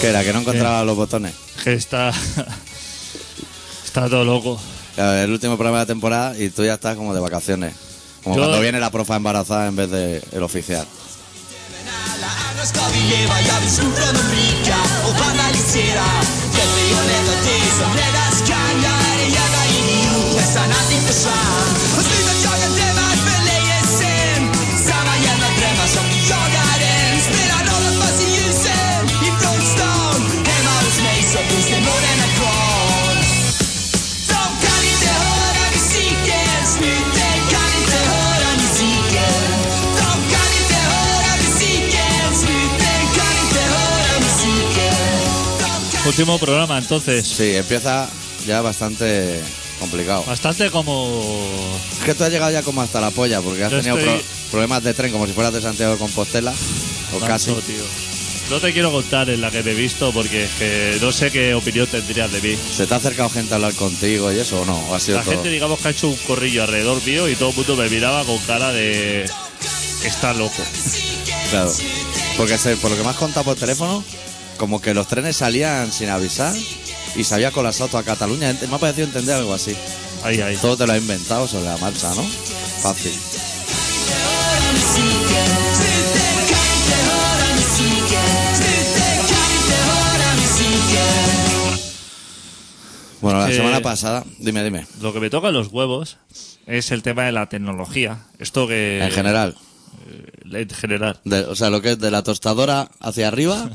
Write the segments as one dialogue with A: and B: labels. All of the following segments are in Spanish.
A: que era, que no encontraba los botones.
B: Que está. Está todo loco.
A: Claro, El último programa de la temporada y tú ya estás como de vacaciones. Como
B: Yo-
A: cuando viene la profa embarazada en vez de el oficial.
C: La Anna ska vi leva, ja vi skolan och fika och vandalisera Hjälp mig att rädda det som räddas kan Jag är en jävla idiot, nästan allting försvann Och sluta jaga drömmar för länge sen Samma jävla drömmar som vi jagar än Spelar roll att man ser ljusen ifrån stan Hemma hos mig så finns det morgnarna kvar De kan inte höra musiken, snuten kan inte höra musiken. De kan inte höra musiken, snuten kan inte höra musiken. De kan
B: Último programa, entonces.
A: Sí, empieza ya bastante complicado.
B: Bastante como.
A: Es que tú has llegado ya como hasta la polla porque has
B: Yo
A: tenido
B: estoy-
A: pro- problemas de tren como si fueras de Santiago de Compostela o
B: Tanto,
A: casi.
B: tío. No te quiero contar en la que me he visto porque es que no sé qué opinión tendrías de mí.
A: ¿Se te ha acercado gente a hablar contigo y eso o no? ¿O ha sido
B: La
A: todo?
B: gente, digamos, que ha hecho un corrillo alrededor mío y todo el mundo me miraba con cara de. Está loco.
A: Claro. Porque se- por lo que me has contado por teléfono, como que los trenes salían sin avisar y se había colapsado toda Cataluña. Ent- Me ha parecido entender algo así.
B: Ahí, ahí.
A: Todo te lo ha inventado sobre la marcha, ¿no? Fácil.
C: höra musiken, snuten kan inte höra musiken. Snuten kan inte höra musiken.
A: Bueno, la
B: Eh,
A: semana pasada, dime, dime.
B: Lo que me toca en los huevos es el tema de la tecnología. Esto que.
A: En general,
B: En general.
A: de- o sea, lo que es de la tostadora hacia arriba,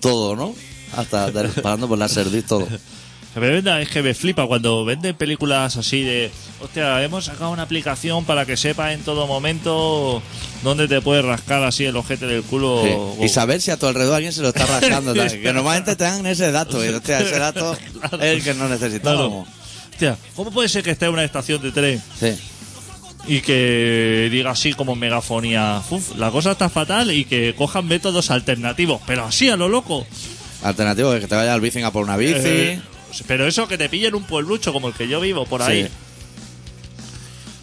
A: todo, ¿no? Hasta de- parando por la serviz, todo.
B: Que me venda, es que me flipa cuando venden películas así de. Hostia, hemos sacado una aplicación para que sepa en todo momento dónde te puedes rascar así el ojete del culo.
A: Sí.
B: o-
A: Y saber si a tu alrededor alguien se lo está rascando. tal. que normalmente te dan ese dato. Y, hostia, ese dato es el que no
B: Claro.
A: necesitamos.
B: Hostia, ¿cómo puede ser que esté en una estación de tren
A: Sí.
B: y que diga así como megafonía? "Uf, la cosa está fatal y que cojan métodos alternativos, pero así a lo loco.
A: Alternativo es que te vaya al bicing a por una bici.
B: Eh, pero eso que te pillen un pueblucho como el que yo vivo por ahí.
A: Sí.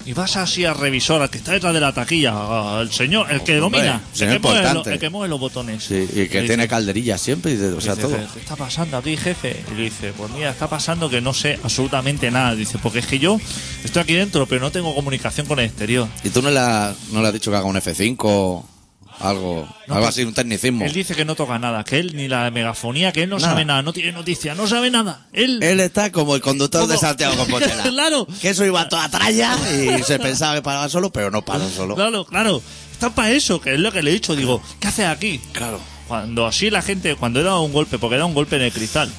B: Y vas así al revisor, al que está detrás de la taquilla, al señor, el que
A: Hombre,
B: domina, el
A: señor
B: que, mueve lo-
A: importante.
B: el que mueve los botones.
A: Sí, y que
B: Le
A: tiene
B: dice-
A: calderilla siempre. Y de- o sea,
B: dice,
A: todo.
B: ¿Qué está pasando aquí, jefe? Y le dice, pues mira, está pasando que no sé absolutamente nada. Dice, porque es que yo estoy aquí dentro, pero no tengo comunicación con el exterior.
A: ¿Y tú no le, has, no le has dicho que haga un F5 o algo,
B: No,
A: algo
B: que-
A: así, un tecnicismo?
B: Él dice que no toca nada, que él ni la megafonía, que él no
A: Nada.
B: sabe nada, no tiene noticia, no sabe nada. Él,
A: Él está como el conductor de
B: Como-
A: Santiago Compostela.
B: Claro.
A: Que eso iba a toda tralla y se pensaba que paraba solo, pero no paró solo.
B: Claro, claro. Está para eso, que es lo que le he dicho. Digo, ¿qué haces aquí?
A: Claro.
B: Cuando así la gente, cuando he dado un golpe, porque he dado un golpe en el cristal.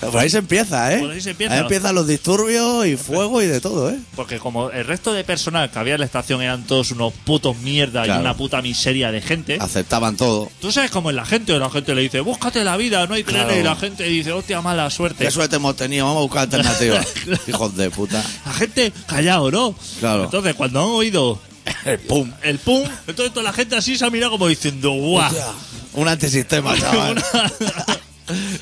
A: Por ahí se empieza, ¿eh?
B: Por ahí se empieza.
A: Ahí empiezan los disturbios y fuego y de todo, ¿eh?
B: Porque como el resto de personal que había en la estación eran todos unos putos mierda
A: Claro.
B: y una puta miseria de gente.
A: Aceptaban todo.
B: Tú sabes cómo es la gente, la gente le dice, búscate la vida, no hay trenes,
A: Claro.
B: y la gente dice, hostia, mala suerte.
A: Qué suerte hemos tenido, vamos a buscar alternativas. Hijos de puta.
B: La gente callado, ¿no?
A: Claro.
B: Entonces, cuando han oído
A: El pum.
B: el pum, entonces toda la gente así se ha mirado como diciendo, guau.
A: Un antisistema, chaval.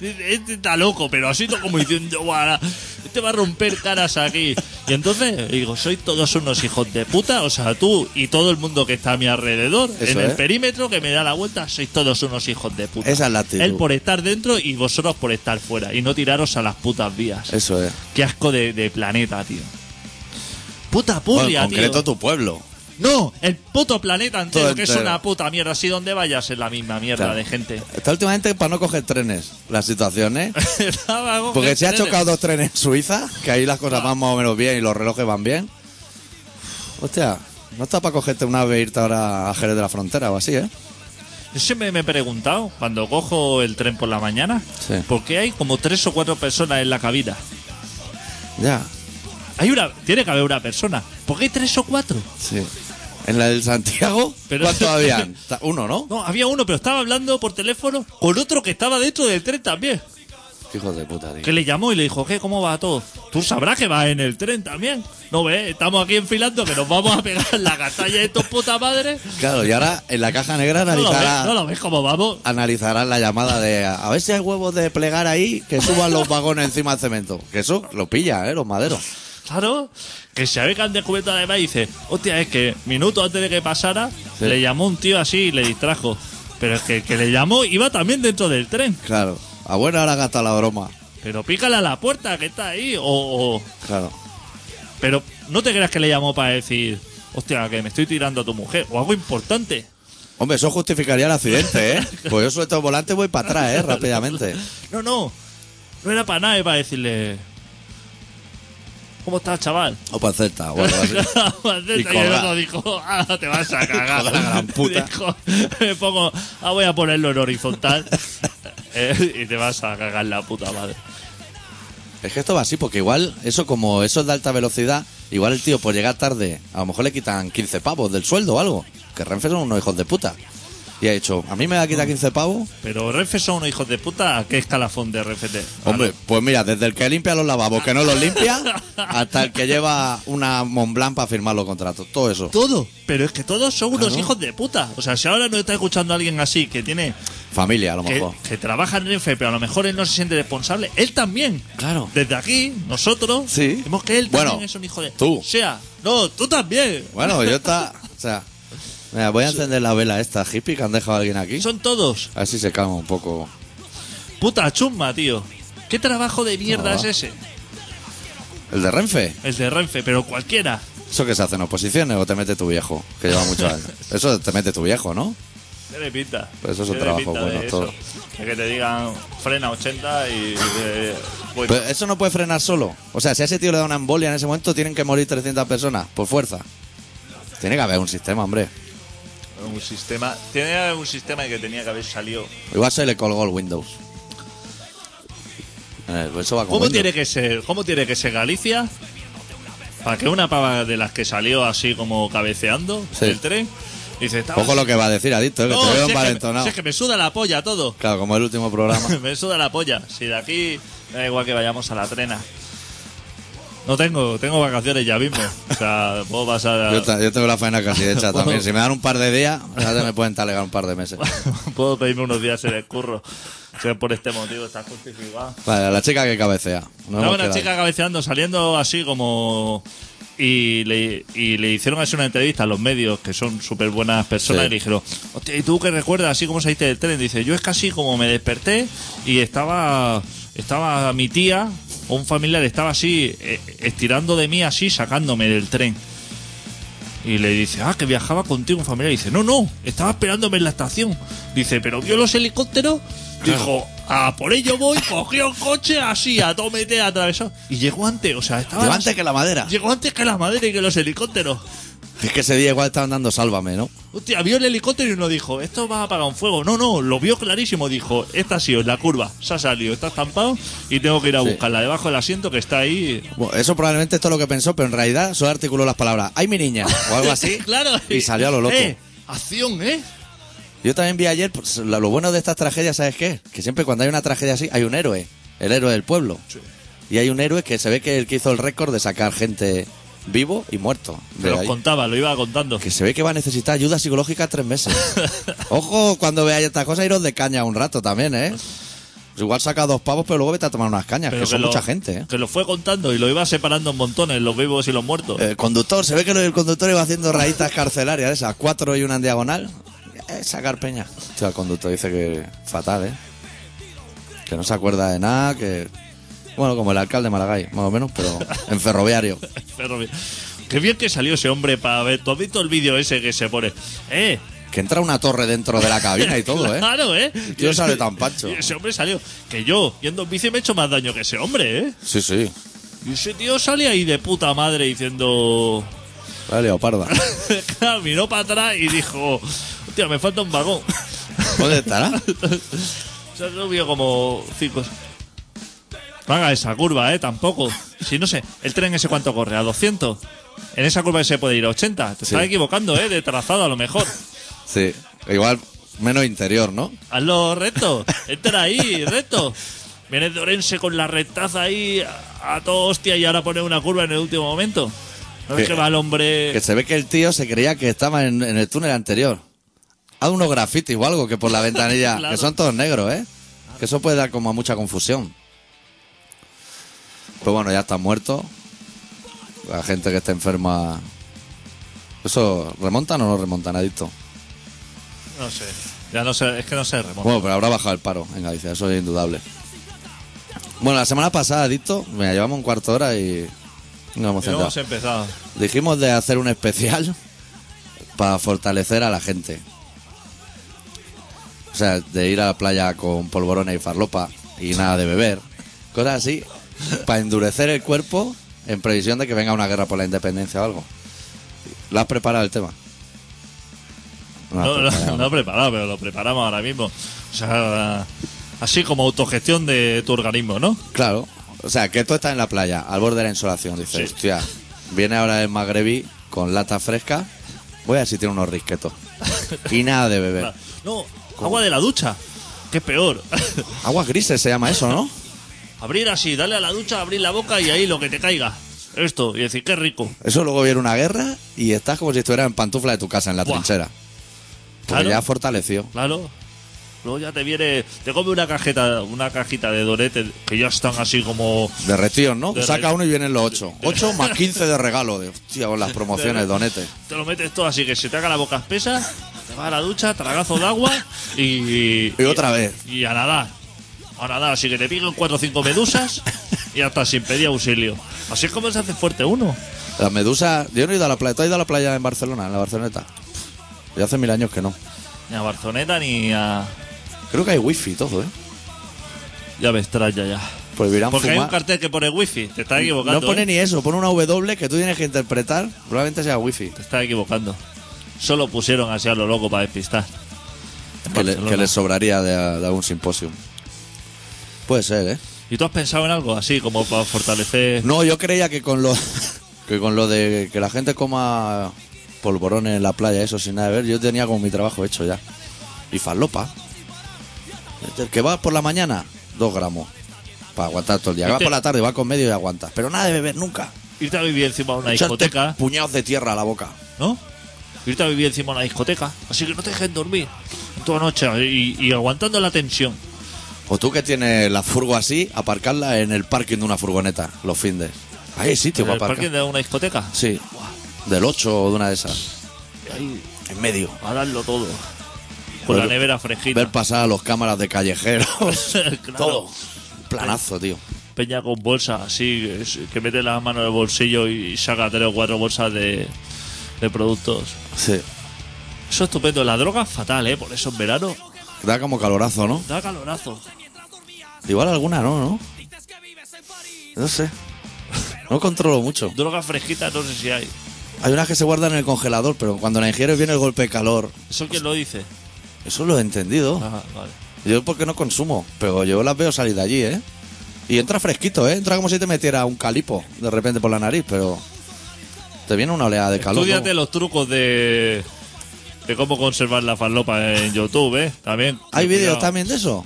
B: este está loco, pero así todo como diciendo, "Guara, este va a romper caras aquí. Y entonces digo, sois todos unos hijos de puta, o sea, tú y todo el mundo que está a mi alrededor,
A: Eso
B: en el
A: es.
B: perímetro que me da la vuelta, sois todos unos hijos de puta.
A: Esa es la actitud.
B: Él por estar dentro y vosotros por estar fuera y no tiraros a las putas vías.
A: Eso es.
B: Qué asco de, de planeta, tío. Puta
A: Bueno,
B: pulia,
A: en concreto
B: tío.
A: tu pueblo.
B: No, el puto planeta entero,
A: Todo
B: que es
A: entero.
B: una puta mierda. Así donde vayas es la misma mierda
A: Claro.
B: de gente.
A: Está últimamente para no coger trenes la situación, ¿eh?
B: Estaba con
A: Porque se ha
B: gente
A: chocado dos trenes en Suiza, que ahí las
B: Ah.
A: cosas van más o menos bien y los relojes van bien. Hostia, no está para cogerte una ave e irte ahora a Jerez de la Frontera o así, ¿eh?
B: Yo siempre me he preguntado, cuando cojo el tren por la mañana,
A: Sí.
B: ¿por qué hay como tres o cuatro personas en la cabina?
A: Ya,
B: Hay una, tiene que haber una persona. ¿Por qué hay tres o cuatro?
A: sí. En la del Santiago,
B: Pero-
A: ¿cuántos habían? Ta- Uno, ¿no?
B: No, había uno, pero estaba hablando por teléfono con otro que estaba dentro del tren también.
A: Hijos de puta, tío.
B: Que le llamó y le dijo, ¿qué? ¿Cómo va todo? Tú sabrás que va en el tren también. No ves, estamos aquí enfilando que nos vamos a pegar la gastalla de estos puta madres.
A: Claro, y ahora en la caja negra
B: No lo ves,
A: analizará,
B: no lo ves cómo vamos.
A: analizarán la llamada de a ver si hay huevos de plegar ahí que suban los vagones encima del cemento. Que eso lo pilla, ¿eh? Los maderos.
B: Claro, que se ve que han descubierto además y dice, hostia, es que minutos antes de que pasara,
A: Sí.
B: le llamó un tío así y le distrajo. Pero es que el que le llamó iba también dentro del tren.
A: Claro. A buena hora gata la broma.
B: Pero pícale a la puerta que está ahí. O, o-
A: Claro.
B: Pero no te creas que le llamó para decir, hostia, que me estoy tirando a tu mujer. O algo importante.
A: Hombre, eso justificaría el accidente, ¿eh? Pues yo suelto el volante y voy para atrás, ¿eh? Rápidamente.
B: No, no. No era para nada, era para decirle. ¿Cómo estás, chaval?
A: O para Celta o algo así.
B: y el
A: colgar.
B: otro dijo, ah, te vas a cagar.
A: Hijo de la gran puta.
B: Dijo, me pongo, ah, voy a ponerlo en horizontal. Eh, y te vas a cagar la puta madre.
A: Es que esto va así, porque igual, eso como eso es de alta velocidad, igual el tío por llegar tarde, a lo mejor le quitan 15 pavos del sueldo o algo. Que Renfe son unos hijos de puta. Y ha dicho, a mí me va a quitar 15 pavos.
B: Pero Renfe son unos hijos de puta. ¿A qué escalafón de RFT?
A: Hombre, pues mira, desde el que limpia los lavabos, que no los limpia, hasta el que lleva una Montblanc para firmar los contratos, todo eso.
B: Todo. Pero es que todos son unos
A: Claro.
B: hijos de puta. O sea, si ahora no está escuchando a alguien así que tiene
A: Familia, a lo
B: que,
A: mejor.
B: que trabaja en Renfe, pero a lo mejor él no se siente responsable, él también.
A: Claro.
B: Desde aquí, nosotros,
A: Sí.
B: vemos que él
A: Bueno,
B: también es un hijo de.
A: tú.
B: O sea, no, tú también.
A: Bueno, yo está. O sea, mira, voy a encender la vela esta hippie que han dejado a alguien aquí.
B: Son todos.
A: A ver si se calma un poco.
B: Puta chumba, tío. ¿Qué trabajo de mierda
A: Ah.
B: es ese?
A: ¿El de Renfe?
B: El de Renfe, pero cualquiera.
A: ¿Eso que se hace en oposiciones o te mete tu viejo? Que lleva muchos años. Eso te mete tu viejo, ¿no?
B: Tiene pinta.
A: Pero Pues eso es un
B: Tiene
A: trabajo
B: pinta
A: bueno,
B: de
A: todo.
B: eso. De que te digan frena 80 y. eh, voy.
A: Pero eso no puede frenar solo. O sea, si a ese tío le da una embolia en ese momento, tienen que morir 300 personas, por fuerza. Tiene que haber un sistema, hombre.
B: un sistema. Tiene un sistema que tenía que haber salido.
A: Igual se le colgó el Windows. Eh, pues eso va con
B: ¿Cómo
A: Windows.
B: tiene que ser? ¿Cómo tiene que ser Galicia? Para que una pava de las que salió así como cabeceando
A: Sí.
B: del tren. Dice, estaba-
A: Poco lo que va a decir, Adicto, eh, que
B: No,
A: te
B: si
A: veo
B: es que me-
A: envalentonado.
B: si es que me suda la polla todo.
A: Claro, como el último programa.
B: Me suda la polla. Si de aquí me da igual que vayamos a la trena. No tengo, tengo vacaciones ya mismo. O sea, puedo pasar
A: Yo,
B: a-
A: ta- yo tengo la faena casi hecha también. Si me dan un par de días, ya se me pueden talegar un par de meses.
B: puedo pedirme unos días en el curro. O sea, por este motivo está justificado.
A: Vale, a la chica que cabecea. Nos
B: Estaba
A: hemos
B: una
A: quedado.
B: chica cabeceando, saliendo así como. Y le, y le hicieron así una entrevista a los medios, que son súper buenas personas,
A: Sí.
B: y le dijeron, "Hostia, ¿y tú qué recuerdas así como saliste del tren? Dice, yo es casi como me desperté y estaba estaba mi tía o un familiar, estaba así eh, estirando de mí, así sacándome del tren. Y le dice, ah, que viajaba contigo un familiar. Y dice, no, no, estaba esperándome en la estación. Dice, pero vio los helicópteros. Dijo, ah, por ello voy, cogió el coche así, a tómete, atravesó. Y llegó antes, o sea, estaba.
A: Llegó antes que la madera.
B: Llegó antes que la madera y que los helicópteros.
A: Es que ese día igual estaban dando sálvame, ¿no?
B: Hostia, vio el helicóptero y uno dijo, esto va a apagar un fuego. No, no, lo vio clarísimo. Dijo, esta ha sido en la curva, se ha salido, está estampado y tengo que ir a
A: Sí.
B: buscarla debajo del asiento que está ahí.
A: Bueno, eso probablemente es todo lo que pensó, pero en realidad solo articuló las palabras ¡Ay, mi niña! o algo así.
B: claro.
A: Y salió a lo loco.
B: Eh, acción, ¿eh?
A: Yo también vi ayer, pues, lo lo bueno de estas tragedias, ¿sabes qué? Que siempre cuando hay una tragedia así, hay un héroe. El héroe del pueblo. Y hay un héroe que se ve que es el que hizo el récord de sacar gente vivo y muerto. de
B: Me los
A: ahí.
B: contaba, lo iba contando.
A: Que se ve que va a necesitar ayuda psicológica tres meses. Ojo, cuando veáis estas cosas, iros de caña un rato también, ¿eh? Pues igual saca dos pavos, pero luego vete a tomar unas cañas,
B: Pero
A: que, son
B: lo-
A: mucha gente, ¿eh?
B: Que lo fue contando y lo iba separando en montones, los vivos y los muertos.
A: El Eh, conductor, se ve que el conductor iba haciendo rayitas carcelarias, de esas cuatro y una en diagonal. Eh, sacar peña. Hostia, el conductor dice que fatal, ¿eh? Que no se acuerda de nada, que. Bueno, como el alcalde de Maragall, más o menos, pero en ferroviario.
B: Pero bien. Qué bien que salió ese hombre para ver. ¿Tú has visto el vídeo ese que se pone? ¡Eh!
A: Que entra una torre dentro de la cabina y todo, ¿eh?
B: Claro, ¿eh?
A: El tío sale tan pancho.
B: Y ese hombre salió. Que yo, yendo en bici, me he hecho más daño que ese hombre, ¿eh?
A: Sí, sí.
B: Y ese tío sale ahí de puta madre diciendo.
A: La he liado parda.
B: Miró para atrás y dijo: Hostia, me falta un vagón.
A: ¿Dónde estará?
B: Se han subido como cinco. No haga esa curva, ¿eh? Tampoco. Si no sé, el tren ese cuánto corre, a 200. En esa curva se puede ir a 80. Te
A: Sí.
B: estás equivocando, ¿eh? De trazado a lo mejor.
A: Sí, igual menos interior, ¿no?
B: Hazlo recto. Entra ahí, recto. Vienes de Orense con la rectaza ahí a, a todo hostia y ahora pones una curva en el último momento. No es
A: Que-
B: que va el hombre...
A: Que se ve que el tío se creía que estaba en, en el túnel anterior. Haz unos grafitis o algo que por la ventanilla,
B: Claro.
A: que son todos negros, ¿eh? Que eso puede dar como a mucha confusión. Pues bueno, ya están muertos. La gente que está enferma. ¿Eso remontan o no remontan, adicto?
B: No sé. Ya no sé, es que no sé remonta.
A: Bueno, pero habrá bajado el paro en Galicia, eso es indudable. Bueno, la semana pasada, Dicto, me llevamos un cuarto de hora y nos hemos
B: Y no
A: centrado.
B: hemos empezado.
A: Dijimos de hacer un especial para fortalecer a la gente. O sea, de ir a la playa con polvorones y farlopa y nada de beber. Cosas así, para endurecer el cuerpo en previsión de que venga una guerra por la independencia o algo. ¿Lo has preparado el tema? lo has preparado.
B: No, no, no he preparado, pero lo preparamos ahora mismo. O sea, así como autogestión de tu organismo, ¿no?
A: Claro. O sea, que tú estás en la playa, al borde de la insolación. Dices,
B: Sí.
A: hostia, viene ahora el magrebí con lata fresca. Voy a ver si tiene unos risquetos. Y nada de beber.
B: No, agua de la ducha, que es peor.
A: Aguas grises se llama eso, ¿no?
B: abrir así, dale a la ducha, abrir la boca y ahí lo que te caiga. Esto, y decir, qué rico.
A: Eso luego viene una guerra y estás como si estuvieras en pantufla de tu casa, en la
B: Buah.
A: trinchera. Porque
B: Claro.
A: ya fortaleció.
B: Claro. Luego ya te viene, te come una cajeta, una cajita de doretes que ya están así como
A: Derretidos, ¿no?
B: De
A: Saca
B: re-
A: uno y vienen los ocho. Ocho más quince de regalo. De, hostia, con las promociones,
B: re-
A: donete.
B: te lo metes todo así que se te haga la boca espesa, te vas a la ducha, tragazo de agua y.
A: Y otra vez.
B: Y a nadar. A nadar, así que te piquen cuatro o cinco medusas y hasta sin pedir auxilio. Así es como se hace fuerte uno.
A: Las medusas... Yo no he ido a la playa. ¿Tú has ido a la playa en Barcelona, en la Barceloneta? Ya hace mil años que no.
B: Ni a Barzoneta ni a.
A: Creo que hay wifi y todo, ¿eh?
B: Ya me extraña ya.
A: Prohibirán
B: Porque hay un
A: fumar.
B: cartel que pone wifi, te estás equivocando.
A: no pone
B: ¿eh?
A: ni eso, pone una W que tú tienes que interpretar. Probablemente sea wifi.
B: Te estás equivocando. Solo pusieron así a lo loco para despistar. En
A: Que, le-
B: Barcelona.
A: que les sobraría de, de algún simposio. Puede ser, ¿eh?
B: ¿Y tú has pensado en algo así como para fortalecer?
A: No, yo creía que con lo que con lo de que la gente coma polvorones en la playa, eso sin nada de ver, yo tenía como mi trabajo hecho ya. Y falopa. El que va por la mañana, dos gramos. Para aguantar todo el día. Que Va
B: Este-
A: por la tarde, va con medio y aguanta. Pero nada de beber nunca.
B: Irte a vivir encima de una
A: Echarte
B: discoteca,
A: Puñados de tierra a la boca.
B: ¿no? Irte a vivir encima de una discoteca. Así que no te dejen dormir toda noche y, y aguantando la tensión.
A: O Pues tú que tienes la furgo así, aparcarla en el parking de una furgoneta, los findes. Ahí hay sitio
B: En
A: para
B: el
A: aparcar.
B: parking de una discoteca.
A: Sí. Del 8 o de una de esas.
B: Ahí,
A: En medio.
B: a darlo todo. Con la
A: Ver-
B: nevera fresquita.
A: Ver pasar a los cámaras de callejeros.
B: Claro.
A: Todo. Planazo, tío.
B: Peña con bolsas así, que es- que mete las manos en el bolsillo y saca tres o cuatro bolsas de, de productos.
A: Sí.
B: Eso es estupendo. La droga es fatal, ¿eh? Por eso en verano
A: Da como calorazo, ¿no?
B: da calorazo.
A: Igual alguna no, ¿no? No sé. No controlo mucho.
B: Droga fresquita no sé si hay.
A: Hay unas que se guardan en el congelador, pero cuando la ingieres viene el golpe de calor.
B: ¿Eso quién lo dice?
A: Eso lo he entendido.
B: Ah, vale.
A: Yo porque no consumo, pero yo las veo salir de allí, ¿eh? Y entra fresquito, ¿eh? Entra como si te metiera un calipo de repente por la nariz, pero te viene una oleada de calor.
B: Estudiate
A: ¿no?
B: los trucos de, de cómo conservar la farlopa en YouTube, ¿eh? También.
A: Hay vídeos
B: Cuidado.
A: también de eso,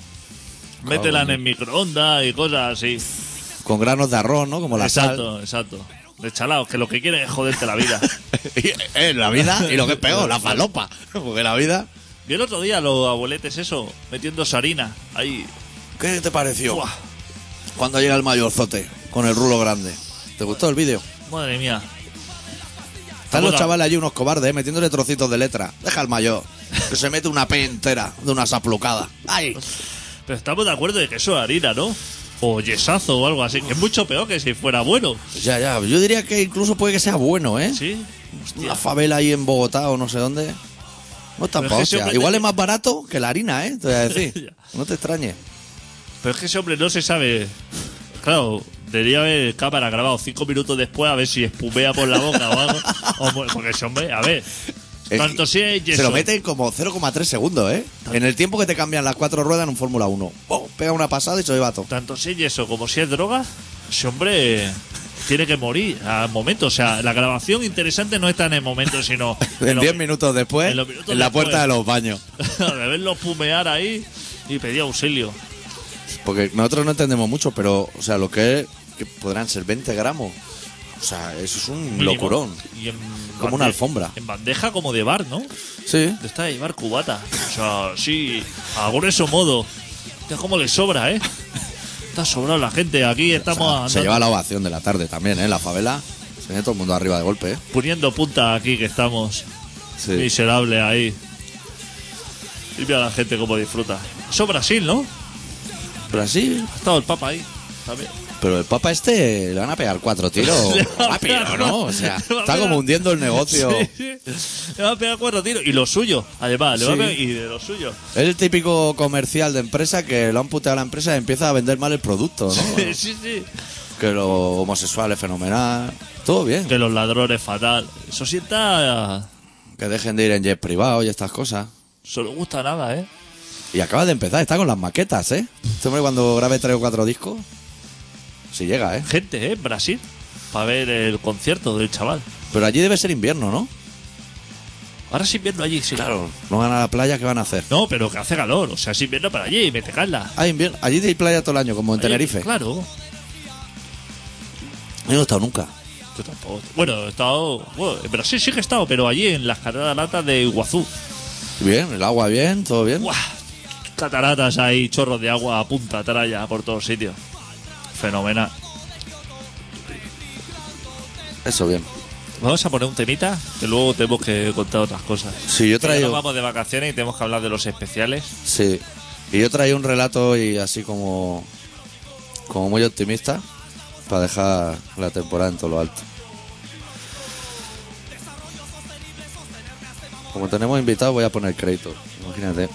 B: Métela en el microondas y cosas así.
A: con granos de arroz, ¿no? Como la
B: exacto, exacto. De chalaos, que lo que quieren es joderte la vida.
A: sal. Y- eh, la vida, y lo que es peor, la falopa. Porque la vida.
B: Vi el otro día los abueletes eso, metiendo harina. Ahí.
A: ¿Qué te pareció?
B: ¡buah!
A: Cuando llega el mayorzote con el rulo grande. ¿Te gustó el vídeo?
B: Madre mía.
A: Están los
B: Bueno.
A: chavales allí unos cobardes, ¿eh? metiéndole trocitos de letra. Deja al mayor, que se mete una P entera de una saplucada. ¡Ay!
B: Pero estamos de acuerdo de que eso es harina, ¿no? O yesazo o algo así. Que es mucho peor que si fuera bueno.
A: Ya, ya. Yo diría que incluso puede que sea bueno, ¿eh?
B: Sí.
A: Una favela ahí en Bogotá o no sé dónde. No está
B: Pero es
A: pa'
B: que
A: hostia.
B: siempre te-
A: Igual es más barato que la harina, ¿eh? Te voy a decir.
B: Ya.
A: No te extrañes.
B: Pero es que ese hombre no se sabe. Claro, debería haber cámara grabado cinco minutos después a ver si espumea por la boca o algo. O mu- porque ese hombre, a ver.
A: Es
B: Tanto
A: que
B: si es yeso.
A: Se lo meten como 0,3 segundos, ¿eh? En el tiempo que te cambian las cuatro ruedas en un Fórmula 1. ¡Oh! Pega una pasada y se lo lleva todo.
B: Tanto si es yeso como si es droga, ese hombre tiene que morir al momento. O sea, la grabación interesante no está en el momento, sino.
A: En
B: lo-
A: 10 minutos después,
B: en
A: en,
B: los minutos
A: la
B: después.
A: puerta de los baños.
B: de verlo espumear ahí y pedir auxilio.
A: Porque nosotros no entendemos mucho, pero, o sea, lo que es, que podrán ser 20 gramos. O sea, eso es un
B: Mínimo.
A: locurón.
B: Y en
A: Como una alfombra.
B: En bandeja como de bar, ¿no?
A: Sí.
B: Te está de llevar cubata. O sea, sí, a grueso modo. Hostia, cómo le sobra, ¿eh? Está sobrado la gente. Aquí estamos
A: se
B: andando-
A: lleva la ovación de la tarde también, ¿eh? En la favela se viene todo el mundo arriba de golpe, ¿eh?
B: poniendo punta aquí que estamos.
A: Sí.
B: Miserable ahí. Y mira la gente cómo disfruta. Eso Brasil, ¿no?
A: Brasil.
B: Ha estado el Papa ahí. También.
A: Pero el Papa este le van a pegar cuatro tiros
B: Le va a
A: rápido,
B: pegar-
A: ¿no? O sea,
B: le va a
A: está
B: pegar-
A: como hundiendo el negocio.
B: Sí, sí. Le va a pegar cuatro tiros. Y lo suyo, además. Le va a
A: Sí.
B: pegar- y de lo suyo.
A: Es el típico comercial de empresa que lo han puteado a la empresa y empieza a vender mal el producto, ¿no?
B: sí, sí.
A: que los homosexuales fenomenal. Todo bien.
B: Que los ladrones fatal. Eso sí está.
A: Que dejen de ir en jet privado y estas cosas.
B: Eso no gusta nada, ¿eh?
A: Y acaba de empezar, está con las maquetas, ¿eh? Este hombre cuando grabe tres o cuatro discos, si llega, ¿eh?
B: Gente, ¿eh? En Brasil. Para ver el concierto del chaval.
A: Pero allí debe ser invierno, ¿no?
B: Ahora es invierno allí, sí. Claro.
A: No van a la playa, ¿qué van a hacer?
B: No, pero que hace calor. O sea, es invierno para allí. Vete, Carla.
A: Ah, invierno. Allí hay playa todo el año, como en Tenerife.
B: Claro.
A: Yo no he estado nunca.
B: Yo tampoco. Bueno, he estado. Bueno, en Brasil sí que he estado, pero allí en las cataratas de Iguazú.
A: Bien, el agua bien, todo bien.
B: ¡Buah! Cataratas ahí, chorros de agua a punta tralla por todos sitios. Fenomenal.
A: Eso bien.
B: Vamos a poner un temita, que luego tenemos que contar otras cosas.
A: Sí, yo
B: Que ya
A: traigo-
B: Nos vamos de vacaciones y tenemos que hablar de los especiales.
A: Sí. Y yo traía un relato y así como. como muy optimista. Para dejar la temporada en todo lo alto. Como tenemos invitados, voy a poner crédito. Imagínate.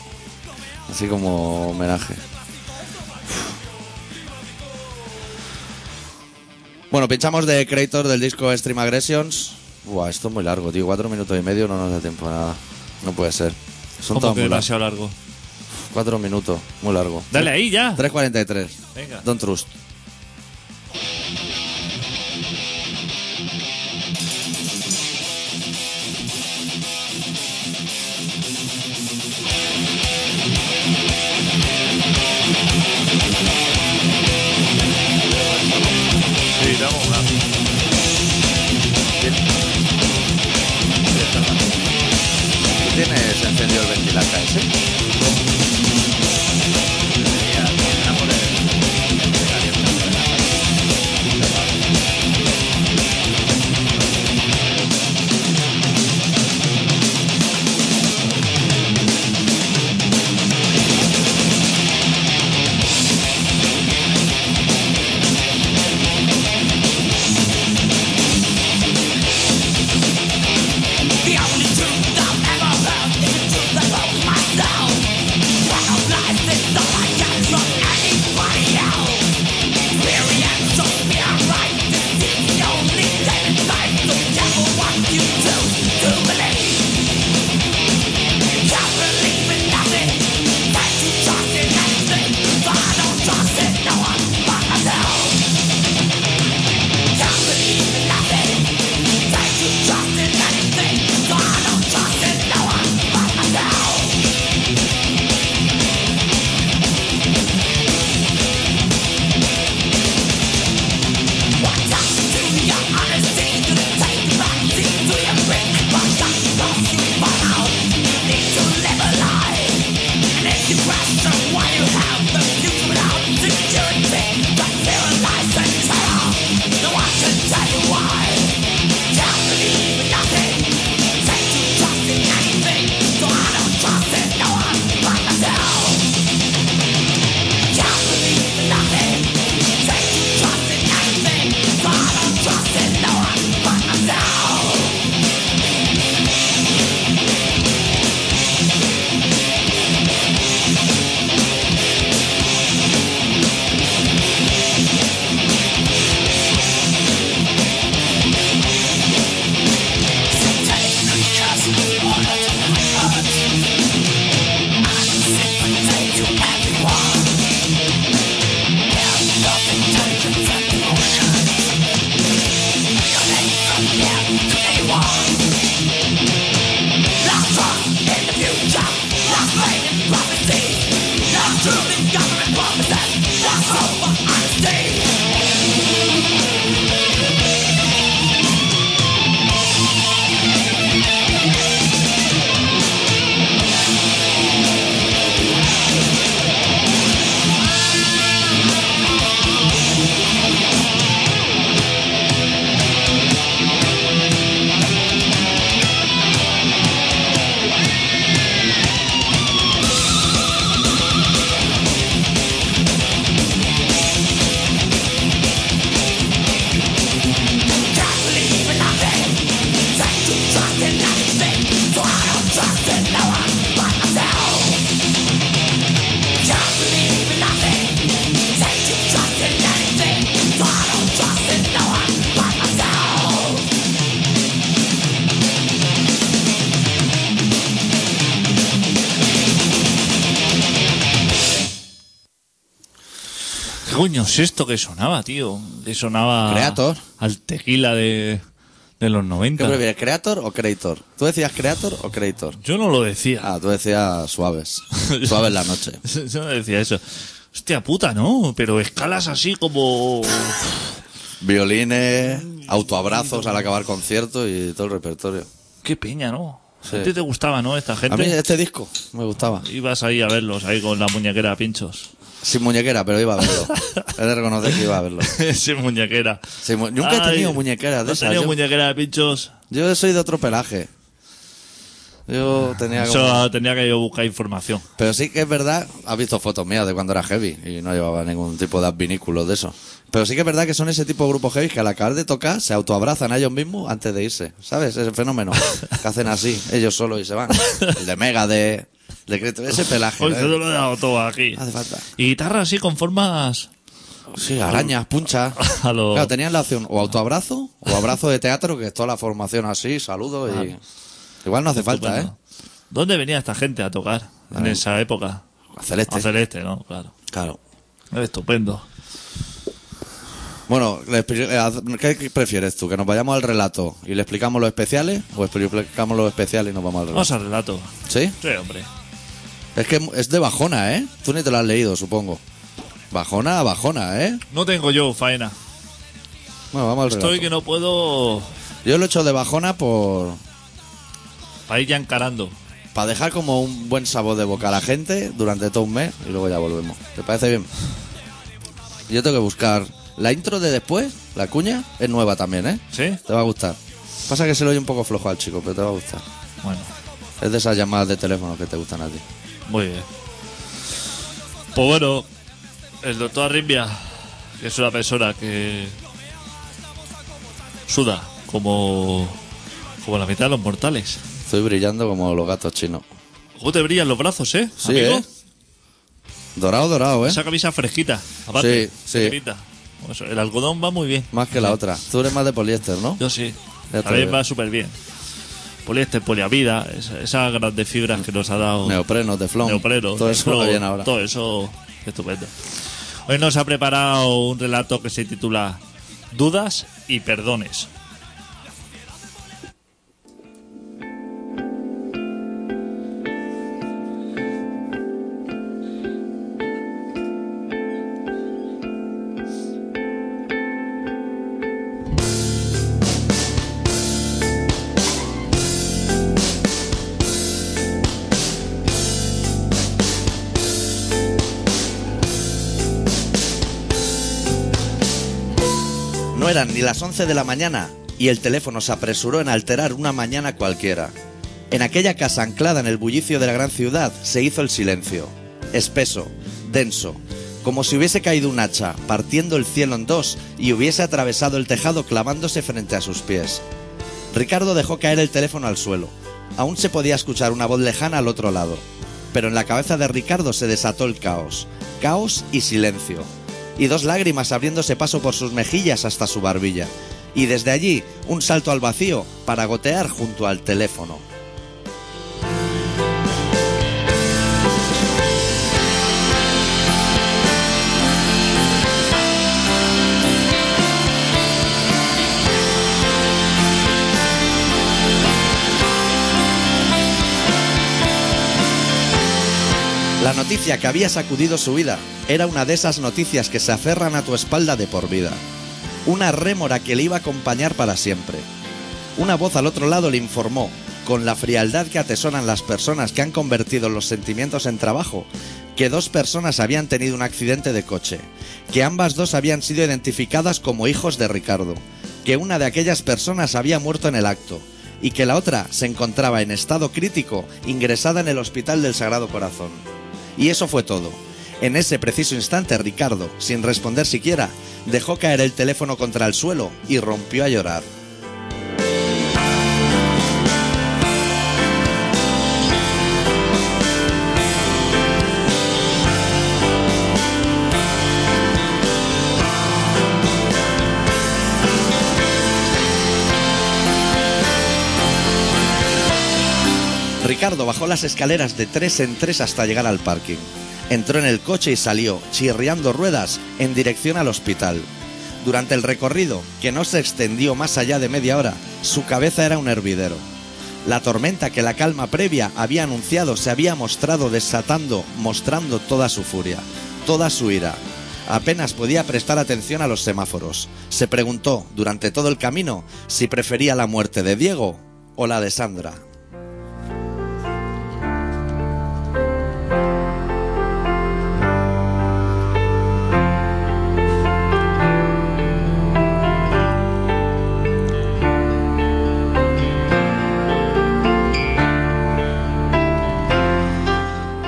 A: Así como homenaje. Bueno, pinchamos de Creator del disco Stream Aggressions. Buah, esto es muy largo, tío. Cuatro minutos y medio no nos da tiempo a nada. No puede ser. Son
B: Como
A: todos
B: que
A: muy largos.
B: demasiado largo.
A: Cuatro minutos, muy largo.
B: Dale ahí ya.
A: 3.43.
B: Venga.
A: Don't trust.
B: Sí, damos una. Bien. Ya está.
A: ¿Tienes encendido el ventilaca ese?
B: coño es esto que sonaba, tío? Que sonaba...
A: Creator.
B: Al tequila de, de los
A: ¿Qué
B: 90.
A: prefieres, creator o creator? ¿Tú decías creator o creator?
B: Yo no lo decía.
A: Ah, tú decías suaves. suaves la noche.
B: Yo no decía eso. Hostia puta, ¿no? Pero escalas así como...
A: Violines, autoabrazos al acabar concierto y todo el repertorio.
B: Qué peña, ¿no?
A: Sí.
B: ¿A ti te gustaba, no? Esta
A: A mí
B: gente.
A: este disco me gustaba.
B: Ibas ahí a verlos, ahí con la muñequera a pinchos.
A: Sin muñequera, pero iba a verlo. He de reconocer que iba a verlo.
B: Sin muñequera.
A: Sin mu- nunca he tenido muñequeras de
B: ¿no has
A: esas,
B: tenido
A: yo.
B: muñequera de pinchos.
A: Yo soy de otro pelaje. Yo tenía como-
B: Eso tenía que yo buscar información.
A: Pero sí que es verdad, has visto fotos mías de cuando era heavy y no llevaba ningún tipo de advinículos de eso. Pero sí que es verdad que son ese tipo de grupos heavy que al acabar de tocar se autoabrazan a ellos mismos antes de irse. ¿Sabes? Ese fenómeno. Que hacen así, ellos solos y se van. El de Mega, de, de Creator, ese pelaje.
B: Hoy
A: ¿no?
B: te lo he dado todo aquí.
A: Hace falta.
B: Y guitarra así con formas.
A: Sí, arañas, punchas.
B: A lo-
A: Claro, tenían la opción o autoabrazo o abrazo de teatro, que es toda la formación así, saludos y... Igual no hace falta, ¿eh?
B: estupendo. ¿Dónde venía esta gente a tocar en esa época?
A: A ¿eh? Celeste.
B: A Celeste, ¿no? Claro.
A: Claro.
B: Estupendo.
A: Bueno, le expli- eh, haz- ¿qué prefieres tú? ¿Que nos vayamos al relato y le explicamos los especiales? ¿O explicamos los especiales y nos vamos al relato?
B: Vamos al relato.
A: ¿Sí?
B: Sí, hombre.
A: Es que es de Bajona, ¿eh? Tú ni te lo has leído, supongo. Bajona, Bajona, ¿eh?
B: No tengo yo faena.
A: Bueno, vamos al
B: Estoy
A: relato.
B: que no puedo.
A: Yo lo he hecho de Bajona por...
B: Para ir ya encarando.
A: Para dejar como un buen sabor de boca a la gente durante todo un mes y luego ya volvemos. ¿Te parece bien? Yo tengo que buscar... La intro de después, la cuña, es nueva también, ¿eh?
B: ¿Sí?
A: Te va a gustar. Pasa que se lo oye un poco flojo al chico, pero te va a gustar.
B: Bueno.
A: Es de esas llamadas de teléfono que te gustan a ti.
B: Muy bien. Pues bueno, el doctor Arribia, que es una persona que suda como, como la mitad de los mortales.
A: Estoy brillando como los gatos chinos.
B: ¿Cómo te brillan los brazos, eh?
A: Sí,
B: amigo?
A: ¿eh? Dorado, dorado, ¿eh?
B: Esa camisa fresquita, aparte.
A: Sí, sí.
B: ligerita. O sea, El algodón va muy bien.
A: Más que la otra. Tú eres más de poliéster, ¿no?
B: Yo sí.
A: Ya te
B: También
A: veo.
B: va súper bien. Poliéster, poliamida, esa- esas grandes fibras que nos ha dado.
A: Neopreno, teflón.
B: Neopreno,
A: Todo eso
B: teflón,
A: lo viene ahora.
B: Todo eso, estupendo. Hoy nos ha preparado un relato que se titula Dudas y Perdones.
A: No eran ni las 11 de la mañana y el teléfono se apresuró en alterar una mañana cualquiera. En aquella casa anclada en el bullicio de la gran ciudad se hizo el silencio, espeso, denso, como si hubiese caído un hacha, partiendo el cielo en dos y hubiese atravesado el tejado clavándose frente a sus pies. Ricardo dejó caer el teléfono al suelo. Aún se podía escuchar una voz lejana al otro lado. Pero en la cabeza de Ricardo se desató el caos. Caos y silencio. Y dos lágrimas abriéndose paso por sus mejillas hasta su barbilla. Y desde allí un salto al vacío para gotear junto al teléfono. La noticia que había sacudido su vida era una de esas noticias que se aferran a tu espalda de por vida. Una rémora que le iba a acompañar para siempre. Una voz al otro lado le informó, con la frialdad que atesoran las personas que han convertido los sentimientos en trabajo, que dos personas habían tenido un accidente de coche, que ambas dos habían sido identificadas como hijos de Ricardo, que una de aquellas personas había muerto en el acto y que la otra se encontraba en estado crítico ingresada en el Hospital del Sagrado Corazón. Y eso fue todo. En ese preciso instante, Ricardo, sin responder siquiera, dejó caer el teléfono contra el suelo y rompió a llorar. Ricardo bajó las escaleras de tres en tres hasta llegar al parking. entró en el coche y salió, chirriando ruedas, en dirección al hospital. Durante el recorrido, que no se extendió más allá de media hora, su cabeza era un hervidero. La tormenta que la calma previa había anunciado se había mostrado desatando, mostrando toda su furia, toda su ira. Apenas podía prestar atención a los semáforos. Se preguntó durante todo el camino si prefería la muerte de Diego o la de Sandra.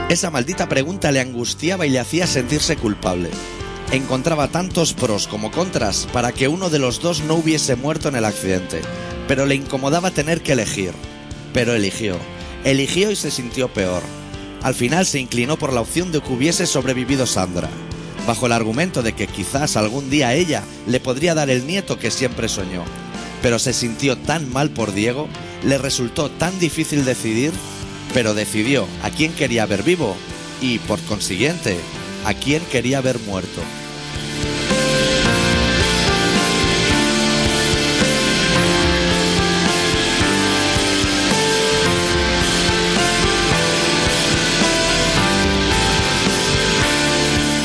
A: Esa maldita pregunta le angustiaba y le hacía sentirse culpable. Encontraba tantos pros como contras para que uno de los dos no hubiese muerto en el accidente, pero le incomodaba tener que elegir. Pero eligió. Eligió y se sintió peor. Al final se inclinó por la opción de que hubiese sobrevivido Sandra, bajo el argumento de que quizás algún día ella le podría dar el nieto que siempre soñó. Pero se sintió tan mal por Diego, le resultó tan difícil decidir pero decidió a quién quería ver vivo y, por consiguiente, a quién quería ver muerto.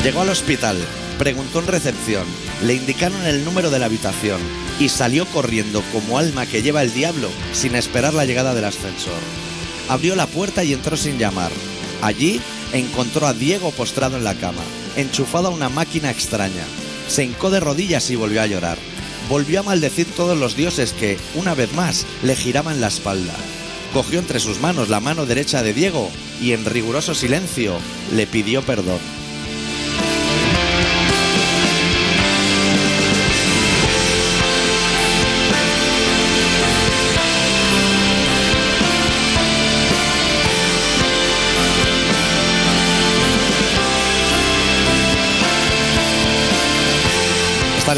A: Llegó al hospital, preguntó en recepción, le indicaron el número de la habitación y salió corriendo como alma que lleva el diablo sin esperar la llegada del ascensor abrió la puerta y entró sin llamar. Allí encontró a Diego postrado en la cama, enchufado a una máquina extraña. Se hincó de rodillas y volvió a llorar. Volvió a maldecir todos los dioses que, una vez más, le giraban la espalda. Cogió entre sus manos la mano derecha de Diego y, en riguroso silencio, le pidió perdón. Estás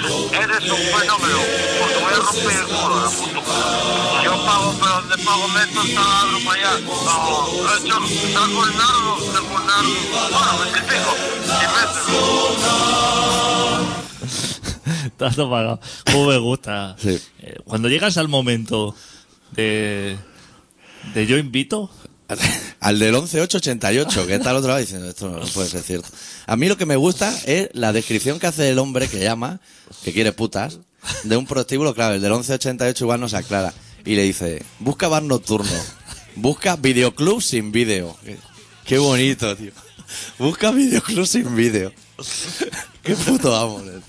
D: Eres un fenómeno, porque voy a romper el culo a la puta madre. Yo pago, pero donde pago meto el taladro para allá. No, hecho, saco el nardo, saco el nardo. Bueno, me critico, y mételo.
B: Tanto pagado. Cómo me gusta.
A: Sí.
B: Eh, Cuando llegas al momento de, de yo invito,
A: Al del 11888, que está al otro lado diciendo, esto no puede ser cierto. A mí lo que me gusta es la descripción que hace el hombre que llama, que quiere putas, de un prostíbulo, claro, el del 1188 igual no se aclara. Y le dice, busca bar nocturno, busca videoclub sin vídeo. Qué bonito, tío. Busca videoclub sin vídeo. Qué puto amo. eh.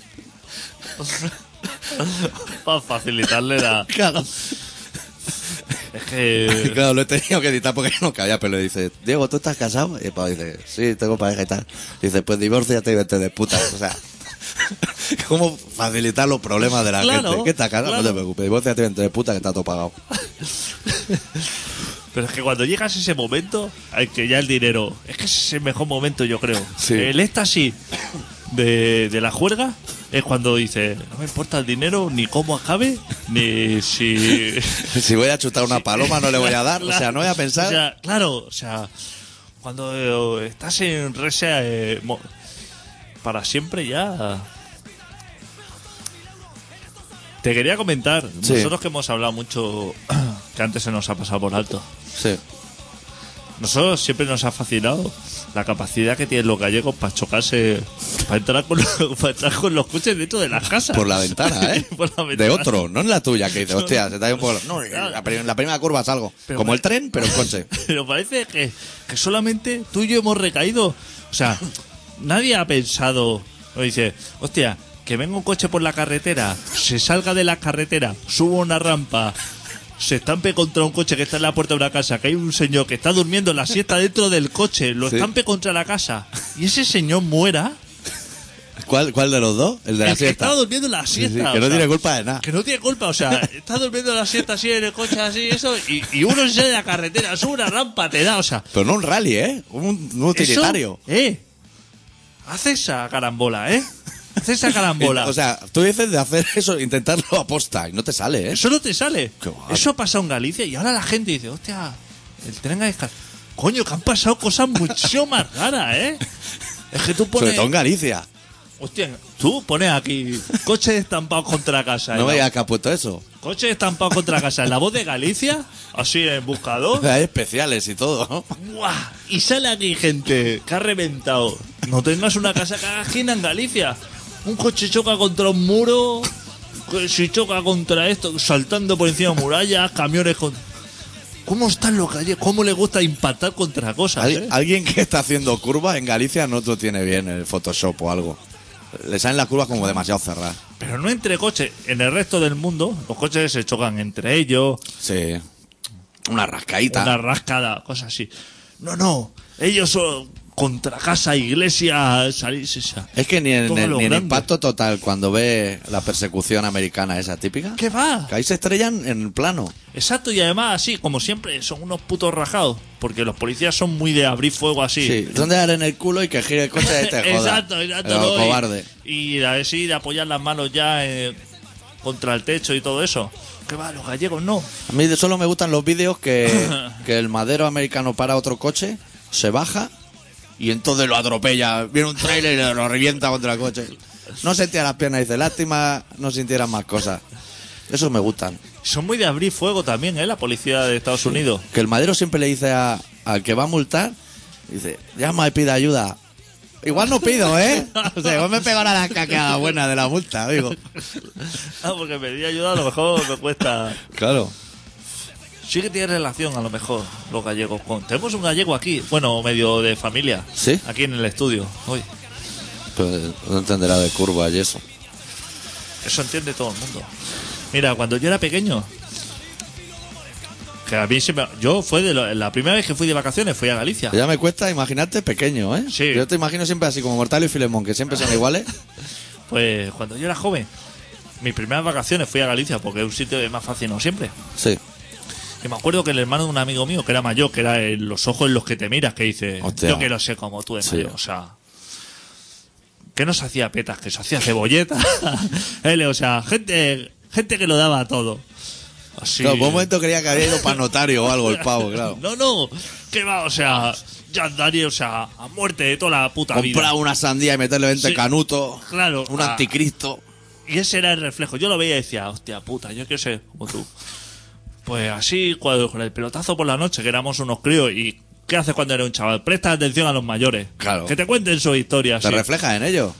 B: para facilitarle la...
A: Claro.
B: Es que...
A: Claro, lo he tenido que editar porque no cabía, pero le dice, Diego, ¿tú estás casado? Y el pavo dice, sí, tengo pareja y tal. Dice, pues divórciate y vete de puta. O sea, ¿cómo facilitar los problemas de la
B: Claro,
A: gente? ¿Qué estás casado? No
B: claro.
A: te preocupes, divórciate y vete de puta que está todo pagado.
B: Pero es que cuando llegas a ese momento, hay que ya el dinero. Es que ese es el mejor momento, yo creo.
A: Sí.
B: El éxtasis de, de la juerga es cuando dices, no me importa el dinero, ni cómo acabe, ni si.
A: Si voy a chutar una paloma no le voy a dar, o sea, no voy a pensar.
B: O sea, claro, o sea, cuando eh, estás en Resia eh, mo- para siempre ya. Te quería comentar,
A: Sí.
B: nosotros que hemos hablado mucho, que antes se nos ha pasado por alto.
A: sí.
B: Nosotros siempre nos ha fascinado la capacidad que tienen los gallegos para chocarse, para entrar con los, para entrar con los coches dentro de las casas.
A: Por la ventana, ¿eh?
B: Por la
A: De
B: ventana.
A: otro, no en la tuya, que dice, hostia, se te ha ido un poco... No,
B: Claro.
A: en la, prim- en la primera curva salgo.
B: Pero
A: Como
B: me-
A: el tren, pero en coche.
B: Pero parece que, que solamente tú y yo hemos recaído. O sea, nadie ha pensado, o dice, hostia, que venga un coche por la carretera, se salga de la carretera, suba una rampa, se estampe contra un coche que está en la puerta de una casa, que hay un señor que está durmiendo la siesta dentro del coche, lo
A: Sí.
B: estampe contra la casa, y ese señor muera.
A: ¿Cuál, ¿Cuál de los dos? El de la
B: El que
A: siesta.
B: está durmiendo la
A: Sí, sí,
B: siesta.
A: que
B: o
A: no
B: sea,
A: tiene culpa de nada.
B: Que no tiene culpa, o sea, está durmiendo la siesta así en el coche, así, eso, y, y uno se sale de la carretera, sube una rampa, te da, o sea.
A: Pero no un rally, ¿eh? Un, un utilitario.
B: eso, ¿Eh? Hace esa carambola, ¿eh? Hace esa carambola.
A: O sea, tú dices de hacer eso, intentarlo a posta y no te sale, ¿eh?
B: Eso no te sale.
A: Qué guay.
B: Eso ha pasado en Galicia y ahora la gente dice, hostia, el tren a descarga. Coño, que han pasado cosas mucho más raras, ¿eh? Es que tú
A: Sobre
B: pones.
A: todo en Galicia.
B: Hostia, tú pones aquí coches estampados contra casa.
A: No
B: ¿eh?
A: me digas que ha puesto eso.
B: Coches estampados contra casa. En la voz de Galicia, así en buscador.
A: Hay especiales y todo, ¿no?
B: ¡buah! Y sale aquí gente que ha reventado. No tengas una casa que haga esquina en Galicia. Un coche choca contra un muro. que Si choca contra esto, saltando por encima de murallas, camiones con. ¿Cómo están los calles? ¿Cómo les gusta impactar contra cosas?
A: Al-
B: eh?
A: alguien que está haciendo curvas en Galicia no lo tiene bien el Photoshop o algo. Le salen las curvas como demasiado cerradas.
B: Pero no entre coches. En el resto del mundo, los coches se chocan entre ellos.
A: Sí. Una rascaíta.
B: Una rascada, cosas así. No, no. Ellos son contra casa, iglesia, salirse esa.
A: Es que ni en,
B: Todo
A: el-
B: lo
A: ni en
B: grande.
A: impacto total cuando ve la persecución americana esa típica.
B: ¿Qué va?
A: Que ahí se estrellan en el plano.
B: Exacto, y además así, como siempre, son unos putos rajados. Porque los policías son muy de abrir fuego así.
A: Sí. ¿Dónde dar en el culo y que gire el coche y
B: Este,
A: te joda?
B: exacto, exacto.
A: Pero
B: ¿no? Y-
A: cobarde.
B: Y, a ver si de apoyar las manos ya eh, contra el techo y todo eso. ¿Qué va? Los gallegos no.
A: A mí de- solo me gustan los vídeos que, que el madero americano para otro coche, se baja y entonces lo atropella. Viene un trailer y lo revienta contra el coche. No sentía las piernas y dice, lástima, no sintieran más cosas. Esos me gustan.
B: Son muy de abrir fuego también, ¿eh? La policía de Estados Unidos.
A: Que el madero siempre le dice a- al que va a multar, dice, llama y pide ayuda. Igual no pido, ¿eh? O sea, igual me pegará la caqueada buena de la multa, digo.
B: Ah, porque pedir ayuda a lo mejor me cuesta.
A: Claro.
B: Sí que tiene relación a lo mejor los gallegos con... Tenemos un gallego aquí, bueno, medio de familia.
A: ¿Sí?
B: Aquí en el estudio, hoy.
A: Pero pues no entenderá de curva y eso.
B: Eso entiende todo el mundo. Mira, cuando yo era pequeño, que a mí siempre... Yo fue de lo- la primera vez que fui de vacaciones, fui a Galicia.
A: Pues Ya me cuesta imaginarte pequeño, ¿eh?
B: Sí.
A: Yo te imagino siempre así como Mortal y Filemón, que siempre son iguales.
B: Pues cuando yo era joven, mis primeras vacaciones fui a Galicia, porque es un sitio que me ha fascinado siempre.
A: Sí.
B: Y me acuerdo que el hermano de un amigo mío, que era mayor, que era el- los ojos en los que te miras, que dice,
A: Hostia.
B: yo que lo sé como tú de
A: Sí.
B: mayor", o sea... Que no se hacía petas, que se hacía cebolleta. Él, o sea, gente, gente que lo daba todo. Así.
A: Claro, por un momento creía que había ido para notario o algo el pavo, claro.
B: No, no, que va, o sea, ya andaría, o sea, a muerte de toda la puta
A: Comprar
B: vida.
A: una sandía y meterle 20
B: Sí.
A: canutos.
B: Claro.
A: Un
B: Ah.
A: anticristo.
B: Y ese era el reflejo. Yo lo veía y decía, hostia puta, yo quiero ser como tú. Pues así, cuando, con el pelotazo por la noche, que éramos unos críos, y ¿qué haces cuando eres un chaval? Presta atención a los mayores.
A: Claro.
B: Que te cuenten sus historias.
A: Te
B: sí.
A: reflejas en ello.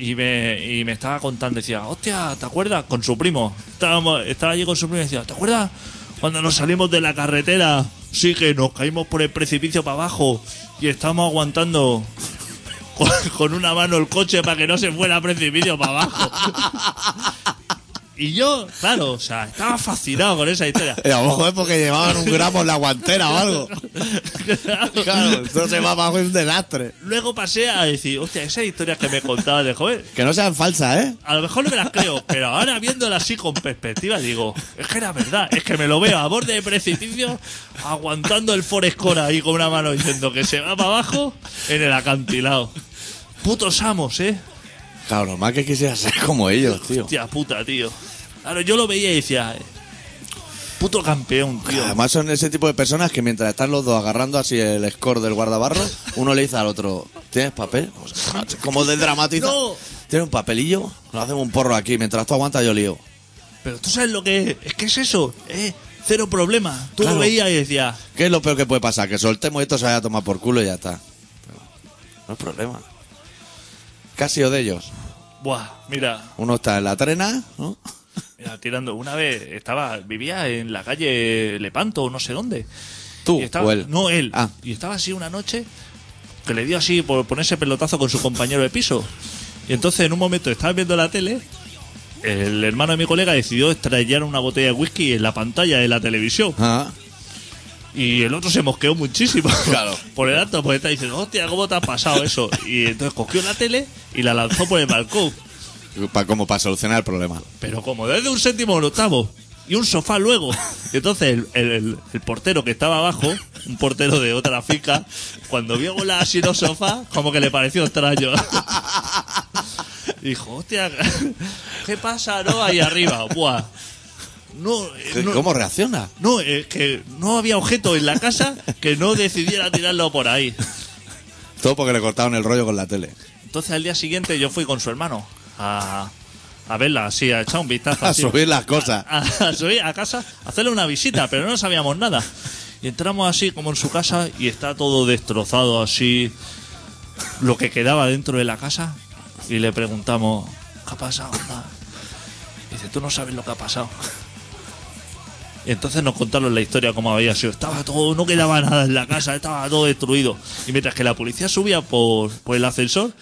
B: Y me, y me estaba contando, decía, hostia, ¿te acuerdas? Con su primo. Estábamos, estaba allí con su primo y decía, ¿te acuerdas? Cuando nos salimos de la carretera, sí que nos caímos por el precipicio para abajo y estábamos aguantando con, con una mano el coche para que no se fuera al precipicio para abajo. Y yo, claro, o sea, estaba fascinado con esa historia.
A: Y Eh, a lo mejor es porque llevaban un gramo en la guantera o algo. Claro, entonces va abajo es un desastre.
B: Luego pasé a decir, hostia, esas historias que me contabas de joven,
A: Que no sean falsas, ¿eh?
B: A lo mejor no me las creo, pero ahora viéndolas así con perspectiva digo, es que era verdad, es que me lo veo a borde de precipicio, aguantando el forescora ahí con una mano diciendo que se va para abajo en el acantilado. Putos amos, eh.
A: Claro, normal que quisiera ser como ellos, tío.
B: Hostia puta, tío. Claro, yo lo veía y decía, eh, puto campeón, tío.
A: Además son ese tipo de personas que mientras están los dos agarrando así el score del guardabarro, uno le dice al otro, ¿tienes papel? O sea, Como de dramatiza.
B: No.
A: ¿Tienes un papelillo? Nos hacemos un porro aquí, mientras tú aguantas yo lío.
B: Pero tú sabes lo que es, es que es eso, eh. Cero problema. Tú
A: Claro.
B: lo veías y decías,
A: ¿Qué es lo peor que puede pasar? Que soltemos y esto se vaya a tomar por culo y ya está. Pero No es problema. Casi o de ellos.
B: buah, mira,
A: Uno está en la trena, ¿no?
B: Mira, tirando. Una vez estaba, vivía en la calle Lepanto o no sé dónde.
A: ¿Tú
B: Y estaba-
A: o él?
B: No, él.
A: Ah.
B: Y estaba así una noche que le dio así por ponerse pelotazo con su compañero de piso. Y entonces en un momento estaba viendo la tele. El hermano de mi colega decidió estrellar una botella de whisky en la pantalla de la televisión.
A: Ah,
B: Y el otro se mosqueó muchísimo.
A: Claro.
B: Por el acto, porque está diciendo, hostia, ¿cómo te ha pasado eso? Y entonces cogió la tele y la lanzó por el balcón.
A: Pa- como para solucionar el problema.
B: Pero como desde un séptimo al octavo. Y un sofá luego. Y entonces el, el- el- el portero que estaba abajo, un portero de otra finca, cuando vio volar así los sofás, como que le pareció extraño. Dijo, hostia, ¿qué pasa, no? Ahí arriba, buah. No, eh,
A: ¿Qué-
B: no,
A: ¿Cómo reacciona?
B: no, es que no había objeto en la casa que no decidiera tirarlo por ahí.
A: Todo porque le cortaron el rollo con la tele.
B: Entonces al día siguiente yo fui con su hermano a, a verla, así, a echar un vistazo.
A: A
B: así.
A: subir las cosas.
B: a, a subir a casa, a hacerle una visita, pero no sabíamos nada. Y entramos así como en su casa y está todo destrozado así, lo que quedaba dentro de la casa. Y le preguntamos, ¿qué ha pasado? ma?". Y dice, tú no sabes lo que ha pasado. Y entonces nos contaron la historia como había sido. Estaba todo, no quedaba nada en la casa, estaba todo destruido. Y mientras que la policía subía por, por el ascensor,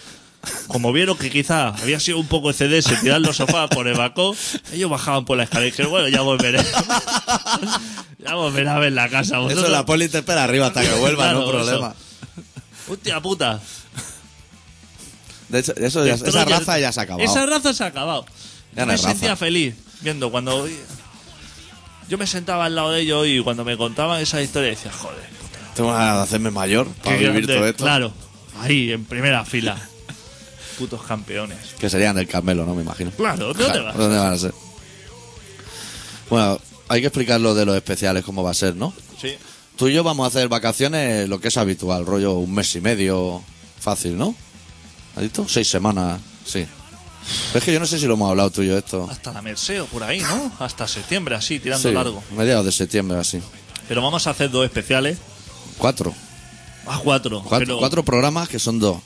B: como vieron que quizá había sido un poco excederse tirar los sofás por el balcón, ellos bajaban por la escalera y dijeron, bueno, ya volveré. ya volveré a ver la casa.
A: Eso
B: vosotros-
A: la poli te espera arriba hasta que vuelva,
B: Claro,
A: no problema.
B: Hostia puta.
A: De hecho, eso ya- esa
B: Destroyer.
A: raza ya se ha acabado.
B: Esa raza se ha acabado.
A: Ya
B: yo
A: no
B: me
A: es raza.
B: sentía feliz viendo cuando. Yo me sentaba al lado de ellos y cuando me contaban esa historia decía, joder,
A: Tengo ganas de hacerme mayor para
B: qué
A: vivir
B: grande.
A: todo esto.
B: Claro, ahí en primera fila. Putos campeones.
A: Que serían del Carmelo, ¿no? Me imagino.
B: Claro, ¿dónde
A: Claro,
B: vas?
A: ¿Dónde van a ser? Bueno, hay que explicar lo de los especiales, cómo va a ser, ¿no?
B: Sí.
A: Tú y yo vamos a hacer vacaciones lo que es habitual, rollo un mes y medio, fácil, ¿no? ¿Has visto? Seis semanas, sí. Es que yo no sé si lo hemos hablado tú y yo esto.
B: Hasta la Merced o por ahí, ¿no? Hasta septiembre, así, tirando
A: Sí,
B: largo.
A: Mediados de septiembre, así.
B: Pero vamos a hacer dos especiales.
A: Cuatro.
B: A cuatro.
A: Cuatro,
B: pero-
A: cuatro programas que son dos.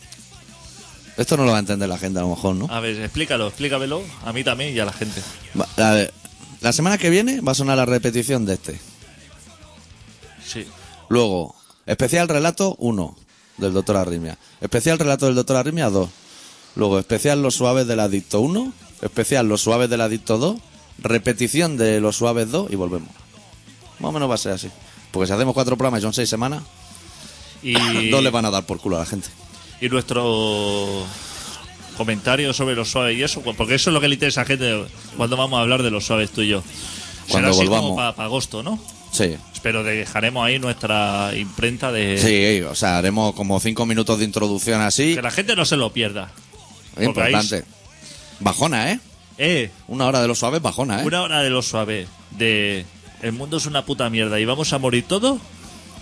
A: Esto no lo va a entender la gente a lo mejor, ¿no?
B: A ver, explícalo, explícamelo. A mí también y a la gente.
A: Va- a ver, la semana que viene va a sonar la repetición de este.
B: Sí.
A: Luego, especial relato 1 del doctor Arrimia. Especial relato del doctor Arrimia 2. Luego, especial los suaves del adicto 1. Especial los suaves del adicto 2. Repetición de los suaves 2 y volvemos. Más o menos va a ser así. Porque si hacemos cuatro programas y son seis semanas,
B: Y...
A: dos le van a dar por culo a la gente.
B: y nuestro comentario sobre los suaves y eso, porque eso es lo que le interesa a la gente cuando vamos a hablar de los suaves tú y yo. Será
A: Cuando
B: así
A: volvamos.
B: como para agosto, ¿no?
A: Sí.
B: Pero dejaremos ahí nuestra imprenta de
A: Sí, o sea, haremos como cinco minutos de introducción así.
B: que la gente no se lo pierda.
A: Es importante. Bajona, ¿eh?
B: Eh,
A: Una hora de los suaves, bajona, ¿eh?
B: una hora de los suaves de el mundo es una puta mierda y vamos a morir todos.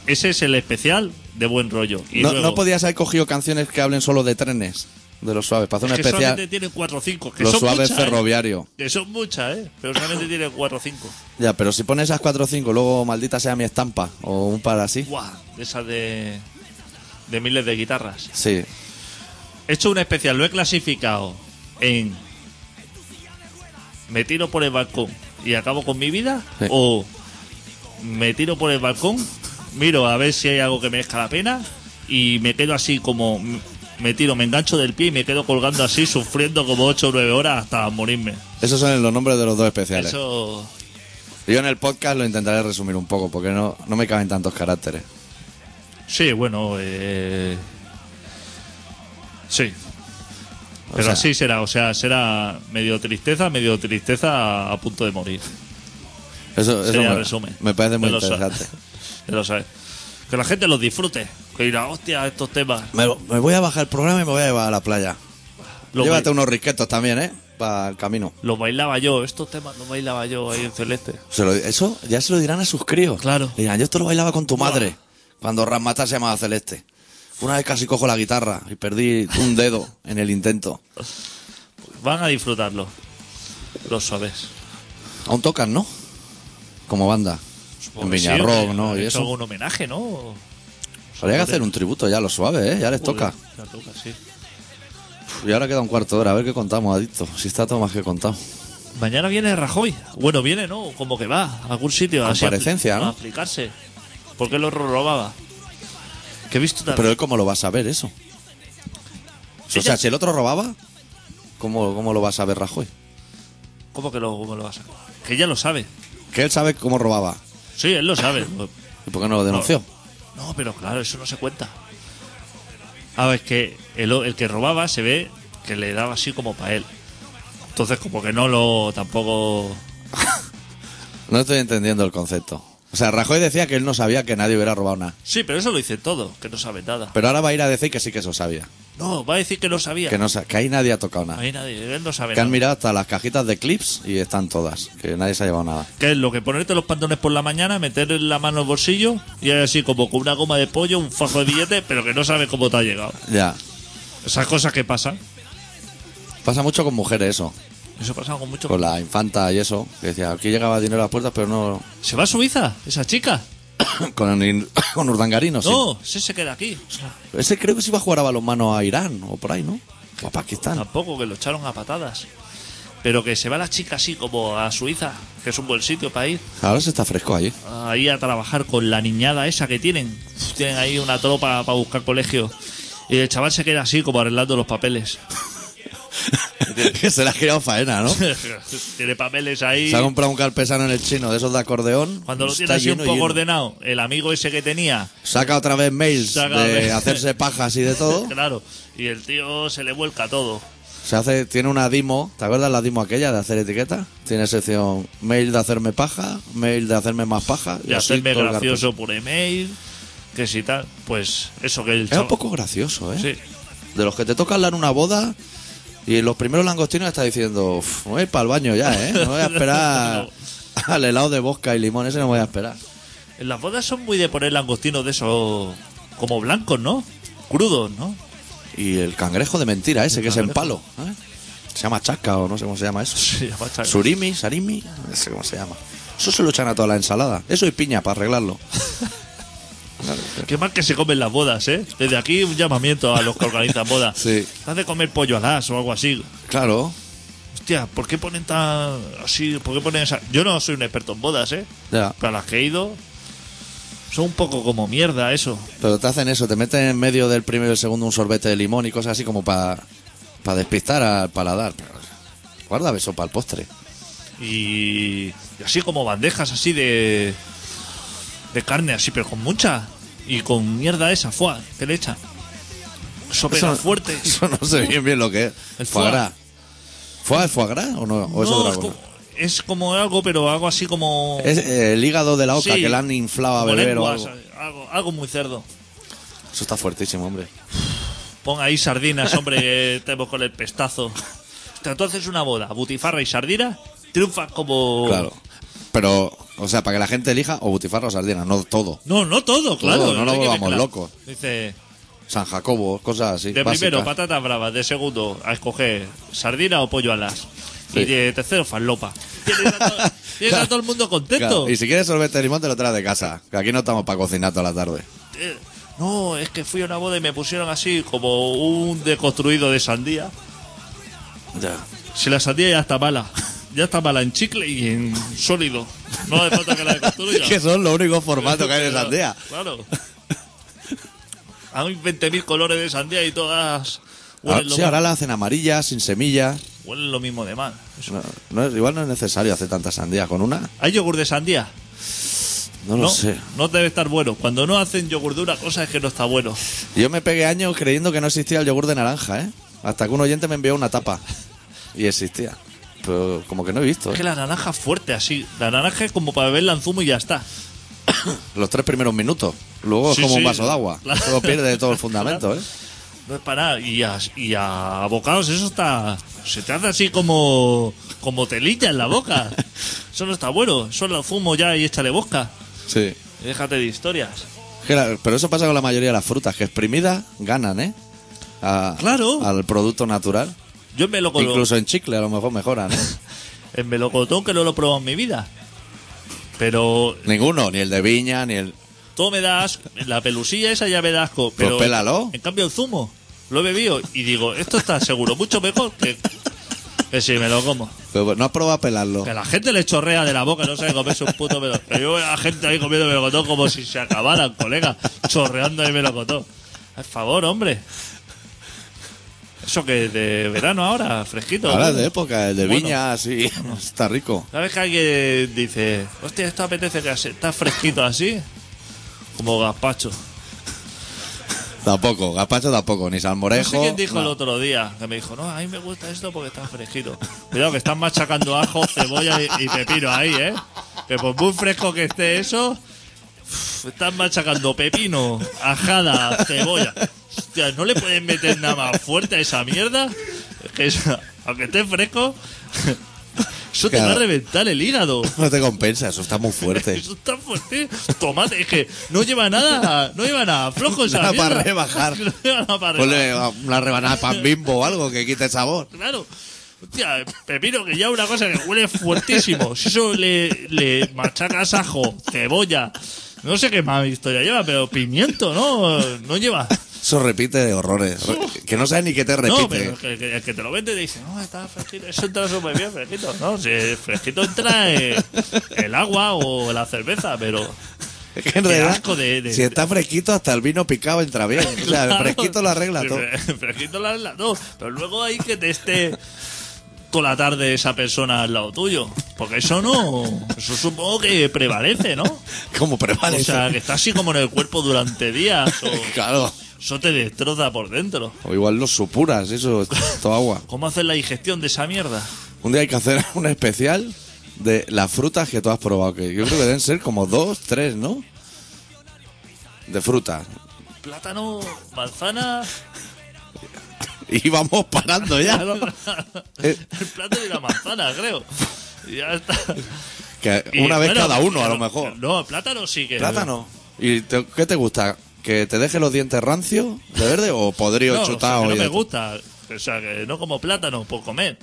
B: Ese es el especial de buen rollo. Y
A: No,
B: luego-
A: no podías haber cogido canciones que hablen solo de trenes, de los suaves, para hacer
B: es
A: una
B: que
A: especial.
B: solamente tiene 4 o 5, que
A: Los
B: son
A: suaves
B: muchas, ¿eh?
A: ferroviario.
B: Que son muchas, ¿eh? Pero solamente tiene 4 o 5.
A: Ya, pero si pones esas 4 o 5, luego maldita sea mi estampa o un par así.
B: Guau, de esas de, de miles de guitarras.
A: Sí.
B: He hecho un especial, lo he clasificado en me tiro por el balcón y acabo con mi vida
A: Sí.
B: o me tiro por el balcón, miro a ver si hay algo que merezca la pena y me quedo así como me tiro, me engancho del pie y me quedo colgando así sufriendo como 8 o 9 horas hasta morirme.
A: Esos son los nombres de los dos especiales.
B: Eso
A: Yo en el podcast lo intentaré resumir un poco porque no, no me caben tantos caracteres.
B: Sí, bueno, eh, sí.
A: O
B: Pero
A: sea-
B: así será, o sea, será medio tristeza, medio tristeza a punto de morir.
A: Eso, eso me,
B: Sería el resumen.
A: me parece muy
B: De los-
A: interesante.
B: de los- que la gente los disfrute. Que dirá, hostia, estos temas.
A: Me, me voy a bajar el programa y me voy a llevar a la playa.
B: Los,
A: Llévate
B: bai-
A: unos risquetos también, ¿eh? Para el camino.
B: los bailaba yo, estos temas los bailaba yo ahí en Celeste.
A: Se lo- eso ya se lo dirán a sus críos.
B: Claro.
A: Le dirán, yo esto lo bailaba con tu
B: Buah.
A: madre cuando Ramata se llamaba Celeste. Una vez casi cojo la guitarra y perdí un dedo en el intento.
B: Van a disfrutarlo. Los suaves.
A: Aún tocan, ¿no? Como banda. en
B: Supongo que Pues sí,
A: Viñarrock,
B: hombre,
A: ¿no?
B: han
A: Y
B: hecho
A: eso.
B: algún homenaje, ¿no?
A: Habría que hacer un tributo ya, lo suave, ¿eh? Ya les toca.
B: Joder, ya toca, sí.
A: Y ahora queda un cuarto de hora, a ver qué contamos, adicto. Si está todo más que contado.
B: Mañana viene Rajoy. Bueno, viene, ¿no? Como que va a algún sitio. así a-
A: Comparecencia, ¿no?
B: A explicarse. ¿Por qué lo robaba? Que he visto también.
A: Pero él, ¿cómo lo va a saber eso? O sea,
B: Ella-
A: si el otro robaba, ¿cómo, cómo lo va a saber Rajoy?
B: ¿Cómo que lo, cómo lo vas a Que ella lo sabe.
A: Que él sabe cómo robaba.
B: Sí, él lo sabe.
A: ¿Y por qué no lo denunció?
B: No, pero claro, eso no se cuenta. A ver, es que el, el que robaba se ve que le daba así como para él. Entonces, como que no lo tampoco.
A: No estoy entendiendo el concepto. O sea, Rajoy decía que él no sabía que nadie hubiera robado nada.
B: Sí, pero eso lo dice todo, que no sabe nada.
A: Pero ahora va a ir a decir que sí que eso sabía.
B: No, va a decir que no sabía.
A: Que, no, sa- que ahí nadie ha tocado nada.
B: Ahí nadie, él no sabe
A: Que han
B: nada.
A: mirado hasta las cajitas de clips y están todas. Que nadie se ha llevado nada.
B: ¿Qué es lo que ponerte los pantalones por la mañana, meter la mano en el bolsillo y es así como con una goma de pollo, un fajo de billetes, pero que no sabes cómo te ha llegado?
A: Ya.
B: Esas cosas que pasan.
A: Pasa mucho con mujeres eso.
B: Eso pasa con mucho.
A: Con la infanta y eso. Que decía, aquí llegaba dinero a las puertas, pero no.
B: ¿Se va a Suiza, esa chica?
A: Con, el- con Urdangarino, sí.
B: No, ese se queda aquí.
A: Ese creo que se iba a jugar a balonmano a Irán o por ahí, ¿no? Pues O a Pakistán.
B: Tampoco, que lo echaron a patadas. Pero que se va la chica así como a Suiza, que es un buen sitio para ir,
A: Ahora se está fresco allí.
B: ahí a trabajar con la niñada esa que tienen. Uf, Tienen ahí una tropa para buscar colegio. Y el chaval se queda así como arreglando los papeles.
A: que se le ha girado faena, ¿no?
B: Tiene papeles ahí.
A: Se ha comprado un carpesano en el chino de esos de acordeón.
B: Cuando lo
A: Está
B: tiene así un
A: lleno,
B: poco
A: lleno.
B: ordenado, el amigo ese que tenía,
A: Saca otra vez mails
B: Saca
A: de
B: mails.
A: hacerse pajas y de todo.
B: claro, y el tío se le vuelca todo.
A: Se hace, tiene una dimo, ¿te acuerdas la dimo aquella de hacer etiqueta? Tiene sección mail de hacerme paja, mail de hacerme más paja.
B: Y
A: así
B: hacerme
A: todo el
B: gracioso por email, que si tal, pues eso que el
A: carpeta. Es
B: chaval.
A: un poco gracioso, ¿eh?
B: Sí.
A: De los que te tocan la en una boda y los primeros langostinos está diciendo, "Uf, me voy a ir para el baño ya, ¿eh? No voy a esperar al helado de bosca y limón, ese no voy a esperar.
B: En las bodas son muy de poner langostinos de esos como blancos, ¿no? Crudos, ¿no?
A: Y el cangrejo de mentira ese, que es en palo. ¿eh? Se llama chasca o no sé cómo se llama eso.
B: Sí, ya basta.
A: Surimi, sarimi, no sé cómo se llama. Eso se lo echan a toda la ensalada. Eso y piña para arreglarlo.
B: Qué mal que se comen las bodas, ¿eh? Desde aquí un llamamiento a los que organizan bodas.
A: Sí.
B: Haz de comer pollo alas o algo así.
A: Claro,
B: Hostia, ¿por qué ponen tan así? ¿Por qué ponen esa? Yo no soy un experto en bodas, ¿eh?
A: ya.
B: Pero a las que he ido son un poco como mierda eso.
A: Pero te hacen eso, te meten en medio del primero y el segundo un sorbete de limón y cosas así como para despistar al paladar. Pero, guarda eso para el postre.
B: Y, y así como bandejas así de de carne así, pero con mucha y con mierda esa fuá que le echan. Eso pega fuerte.
A: Eso no sé bien bien lo que es.
B: El
A: foie
B: foie.
A: gras. ¿Foie es foie gras o no? ¿O es
B: No,
A: otra
B: es,
A: cosa?
B: como, es como algo, pero algo así como
A: Es eh, el hígado de la oca
B: Sí.
A: que la han inflado a
B: como
A: beber o
B: lenguas,
A: algo.
B: algo, algo muy cerdo.
A: Eso está fuertísimo, hombre.
B: Pon ahí sardinas, hombre, que estemos con el pestazo. Entonces una boda, butifarra y sardina, triunfa como
A: Claro. Pero, o sea, para que la gente elija o butifarra o sardina, no todo.
B: No, no todo, claro.
A: no nos
B: hay que
A: volvamos
B: mezclar.
A: locos.
B: Dice,
A: San Jacobo, cosas así.
B: de primero
A: básicas.
B: patatas bravas, de segundo a escoger sardina o pollo alas.
A: Sí.
B: Y de tercero farlopa. Tienes a, to- tienes a todo el mundo contento.
A: Claro, Y si quieres sorbete de limón, te lo traes de casa. Que aquí no estamos para cocinar toda la tarde.
B: Eh, No, es que fui a una boda y me pusieron así como un deconstruido de sandía. Si la sandía ya está mala. Ya está mala en chicle y en sólido. No hace falta que la deconstruya.
A: que son los únicos formatos que hay de sandía.
B: Claro. Hay 20.000 colores de sandía y todas
A: Ahora-
B: huelen,
A: Ah, sí,
B: lo,
A: ahora la hacen amarilla, sin semillas.
B: huelen lo mismo de mal. Eso.
A: No, no es- igual no es necesario hacer tantas sandías con una.
B: ¿Hay yogur de sandía?
A: No lo
B: No,
A: sé.
B: no debe estar bueno. Cuando no hacen yogur de una cosa es que no está bueno.
A: Yo me pegué años creyendo que no existía el yogur de naranja, ¿eh? Hasta que un oyente me envió una tapa. Y existía. Pero como que no he visto.
B: Es que
A: ¿eh?
B: la naranja es fuerte así. La naranja es como para beberla en zumo y ya está.
A: Los tres primeros minutos. Luego
B: Sí,
A: es como un
B: sí.
A: vaso de agua.
B: Claro.
A: Luego pierde todo el fundamento, ¿eh?
B: No es para nada. Y a, y a bocados eso está... Se te hace así como... Como telilla en la boca. Eso no está bueno. Solo zumo ya y échale bosca.
A: Sí.
B: Y déjate de historias.
A: Que la- Pero eso pasa con la mayoría de las frutas, que exprimidas ganan, ¿eh? A-
B: Claro.
A: Al producto natural.
B: Yo en melocotón,
A: Incluso en chicle a lo mejor mejoran, ¿eh?
B: en melocotón que no lo he probado en mi vida. Pero
A: Ninguno, ni el de viña, ni el...
B: todo me da asco. La pelusilla esa ya me da asco. Pero
A: Pues pélalo.
B: En cambio el zumo lo he bebido y digo, esto está seguro mucho mejor que, que si me lo como.
A: Pero no has probado a pelarlo.
B: Que la gente le chorrea de la boca, no sabe comerse un puto melocotón. Que Yo veo a la gente ahí comiendo melocotón como si se acabaran, colega, chorreando el melocotón. Por favor, hombre. Eso que es de verano ahora, fresquito.
A: Ahora es
B: ¿no?
A: de época, el de
B: Bueno.
A: viña, sí. Está rico.
B: ¿Sabes que alguien dice, hostia, esto apetece que se- está fresquito así? Como gazpacho.
A: Tampoco, gazpacho tampoco, ni
B: No
A: salmorejo.
B: sé quién dijo
A: no.
B: el otro día que me dijo, no, a mí me gusta esto porque está fresquito. Cuidado, que están machacando ajo, cebolla y, y pepino ahí, ¿eh? Que por muy fresco que esté eso, uf, están machacando pepino, ajada, cebolla. Hostia, ¿no le pueden meter nada más fuerte a esa mierda? Es que eso, aunque esté fresco, eso te va a
A: Claro.
B: reventar el hígado.
A: No te compensa, eso está muy fuerte.
B: Eso está fuerte. Tomate, es que no lleva nada, no lleva nada flojo esa
A: Nada para
B: mierda.
A: rebajar.
B: No lleva nada para rebajar.
A: Ponle una rebanada de pan bimbo o algo que quite sabor.
B: Claro. Hostia, pepino, que ya una cosa que huele fuertísimo. Si eso le, le machacas ajo, cebolla, no sé qué más historia lleva, pero pimiento, ¿no? No lleva.
A: Eso repite de horrores. re- Que no sabes ni qué te repite.
B: No, pero que, que- el que te lo vende te dice, no, está fresquito, eso entra súper bien, fresquito. No, si el fresquito entra eh, el agua o la cerveza, pero
A: Es que en
B: Qué
A: realidad,
B: asco de- de-
A: si está fresquito, hasta el vino picado entra bien. O sea, el
B: Claro.
A: fresquito lo arregla
B: El
A: todo.
B: fre- El fresquito lo arregla todo. Pero luego hay que te esté toda la tarde esa persona al lado tuyo. Porque eso no. Eso supongo que prevalece, ¿no?
A: Como
B: O
A: preparece.
B: sea, que está así como en el cuerpo durante días. O,
A: Claro.
B: eso te destroza por dentro.
A: O igual los supuras, eso es todo agua.
B: ¿Cómo haces la digestión de esa mierda?
A: Un día hay que hacer un especial de las frutas que tú has probado. Que yo creo que deben ser como dos, tres, ¿no? De frutas.
B: Plátano, manzana,
A: Y vamos parando ya, ¿no? Eh,
B: el plátano y la manzana, creo. Y ya está.
A: que
B: Y,
A: una vez
B: bueno, pues,
A: cada uno, a lo
B: claro,
A: mejor.
B: No, plátano sí que.
A: Plátano. ¿Y te- qué te gusta? ¿Que te deje los dientes rancios de verde o podrido
B: No, o sea,
A: chutado?
B: que
A: y
B: no
A: de-
B: me gusta. O sea, que no como plátano por comer.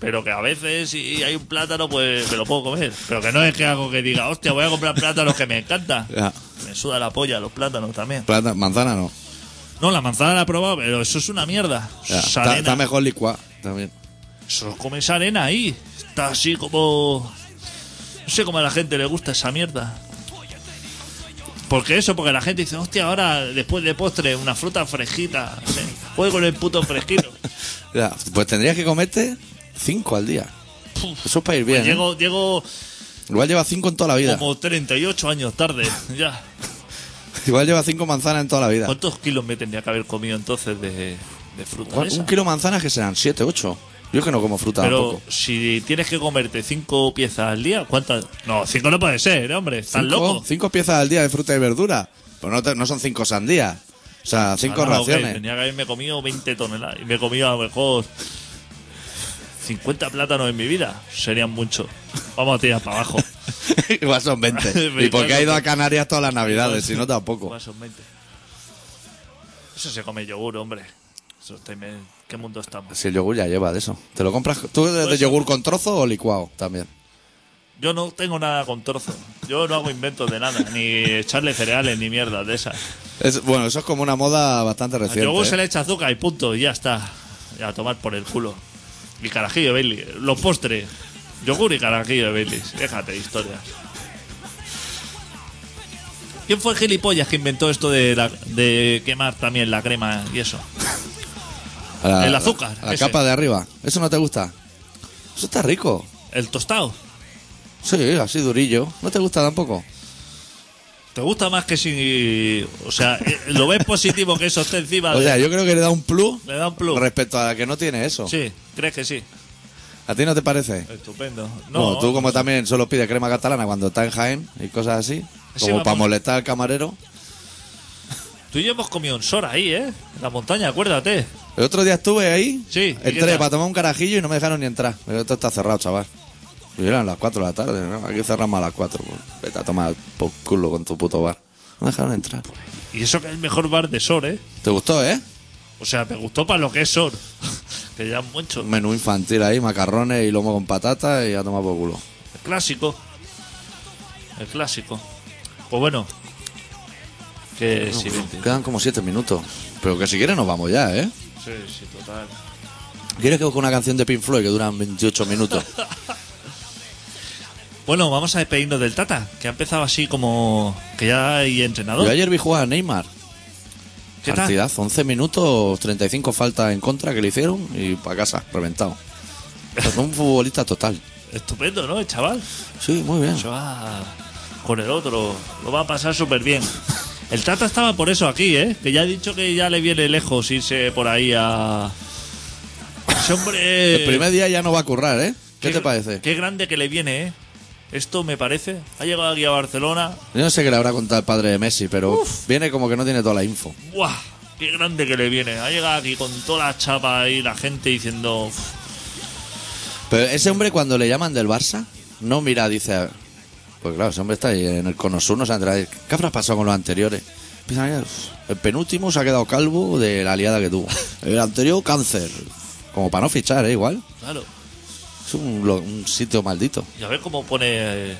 B: Pero que a veces si hay un plátano, pues me lo puedo comer. Pero que no es que hago que diga, hostia, voy a comprar plátanos que me encanta.
A: Ya.
B: Me suda la polla los plátanos también.
A: Plata- manzana no.
B: No, la manzana la he probado, pero eso es una mierda.
A: Ya,
B: Es
A: Está,
B: arena.
A: está mejor licuado también.
B: Eso comes arena ahí. Está así como... No sé cómo a la gente le gusta esa mierda. Porque eso, porque la gente dice, hostia, ahora después de postre, una fruta fresquita. Juego con el puto fresquito.
A: Ya, pues tendrías que comerte cinco al día. Eso es para ir bien. ¿eh?
B: Pues Llego, llego
A: Igual lleva cinco en toda la vida.
B: como 38 años tarde, ya.
A: Igual lleva cinco manzanas en toda la vida.
B: ¿Cuántos kilos me tendría que haber comido entonces de, de fruta de esa?
A: Un kilo de manzanas que serán siete, ocho. Yo que no como fruta
B: Pero
A: tampoco.
B: si tienes que comerte cinco piezas al día, ¿cuántas? No, cinco no puede ser, ¿eh, hombre. Estás
A: Cinco-
B: loco.
A: Cinco piezas al día de fruta y verdura. Pues no, te- no son cinco sandías. O sea, cinco
B: Ah, no, ok,
A: raciones.
B: Tenía que haberme comido 20 toneladas y me he comido a lo mejor 50 plátanos en mi vida. Serían muchos. Vamos a tirar para abajo.
A: Igual son 20. ¿Y porque ha ido a Canarias todas las navidades? Si no, tampoco.
B: Igual son 20. Eso se come yogur, hombre. Eso está inmen- ¿En qué mundo estamos?
A: Si el yogur ya lleva de eso. ¿Te lo compras tú de, de yogur con trozo o licuado también?
B: Yo no tengo nada con trozo. Yo no hago inventos de nada, ni echarle cereales ni mierda de esas.
A: Es- bueno, eso es como una moda bastante
B: Al
A: reciente.
B: yogur se
A: ¿eh?
B: le echa azúcar y punto, y ya está. Y a tomar por el culo. Y carajillo de Bailey. Los postres. Yogur y carajillo de Bailey. Déjate de historias. ¿Quién fue el gilipollas que inventó esto de, la- de quemar también la crema y eso?
A: A la-
B: el azúcar,
A: a La,
B: ese.
A: capa de arriba. ¿Eso no te gusta? Eso está rico.
B: El tostado.
A: Sí, así durillo. ¿No te gusta tampoco?
B: ¿Te gusta más que si... O sea, eh, ¿lo ves positivo que eso esté encima?
A: O
B: de-
A: sea, yo creo que le da un plus,
B: Le da un plus.
A: respecto a la que no tiene eso.
B: Sí, ¿crees que sí?
A: ¿A ti no te parece?
B: Estupendo. No,
A: No, tú como también solo pides crema catalana cuando está en Jaén y cosas así,
B: Sí,
A: como
B: vamos.
A: para molestar al camarero.
B: tú y yo hemos comido un sor ahí, ¿eh? En la montaña, acuérdate.
A: El otro día estuve ahí,
B: Sí, ¿y qué
A: entré
B: tal?
A: para tomar un carajillo y no me dejaron ni entrar. Pero esto está cerrado, chaval. Y eran las 4 de la tarde, ¿no? Aquí cerramos a las 4. pues. Vete a tomar por culo con tu puto bar. No me dejaron entrar.
B: Y eso que es el mejor bar de Sor, ¿eh?
A: ¿Te gustó, eh?
B: O sea, me gustó para lo que es Sor. que ya es mucho.
A: Un menú infantil ahí, macarrones y lomo con patata y a tomar por culo.
B: El clásico. El clásico. Pues bueno. Que Eh, sí, vente.
A: Quedan como 7 minutos. Pero que si quieres nos vamos ya, ¿eh?
B: Sí, sí, total.
A: ¿Quieres que busque una canción de Pink Floyd que duran 28 minutos?
B: Bueno, vamos a despedirnos del Tata, que ha empezado así como que ya hay entrenador.
A: Yo ayer vi jugar a Neymar.
B: ¿Qué tal?
A: Partidazo, 11 minutos, 35 faltas en contra que le hicieron y para casa, reventado. Es un futbolista total.
B: Estupendo, ¿no? El chaval.
A: Sí, muy bien.
B: Eso va con el otro. Lo va a pasar súper bien. El Tata estaba por eso aquí, ¿eh? Que ya ha dicho que ya le viene lejos irse por ahí a. Ese hombre. eh,
A: El primer día ya no va a currar, ¿eh? ¿Qué te parece?
B: Qué grande que le viene, ¿eh? Esto me parece. Ha llegado aquí a Barcelona.
A: Yo no sé qué le habrá contado el padre de Messi, pero viene como que no tiene toda la info.
B: ¡Buah! ¡Qué grande que le viene! Ha llegado aquí con toda la chapa y la gente diciendo. "Uf,
A: Pero ese hombre cuando le llaman del Barça, no mira, dice... Pues claro, ese hombre está ahí en el cono sur, no se entera. ¿Qué habrá pasado con los anteriores? Empieza Pues, a mirar, El penúltimo se ha quedado calvo de la liada que tuvo. El anterior, cáncer. Como para no fichar, ¿eh? Igual.
B: Claro.
A: Es un, lo- un sitio maldito.
B: Y a ver cómo pone. eh,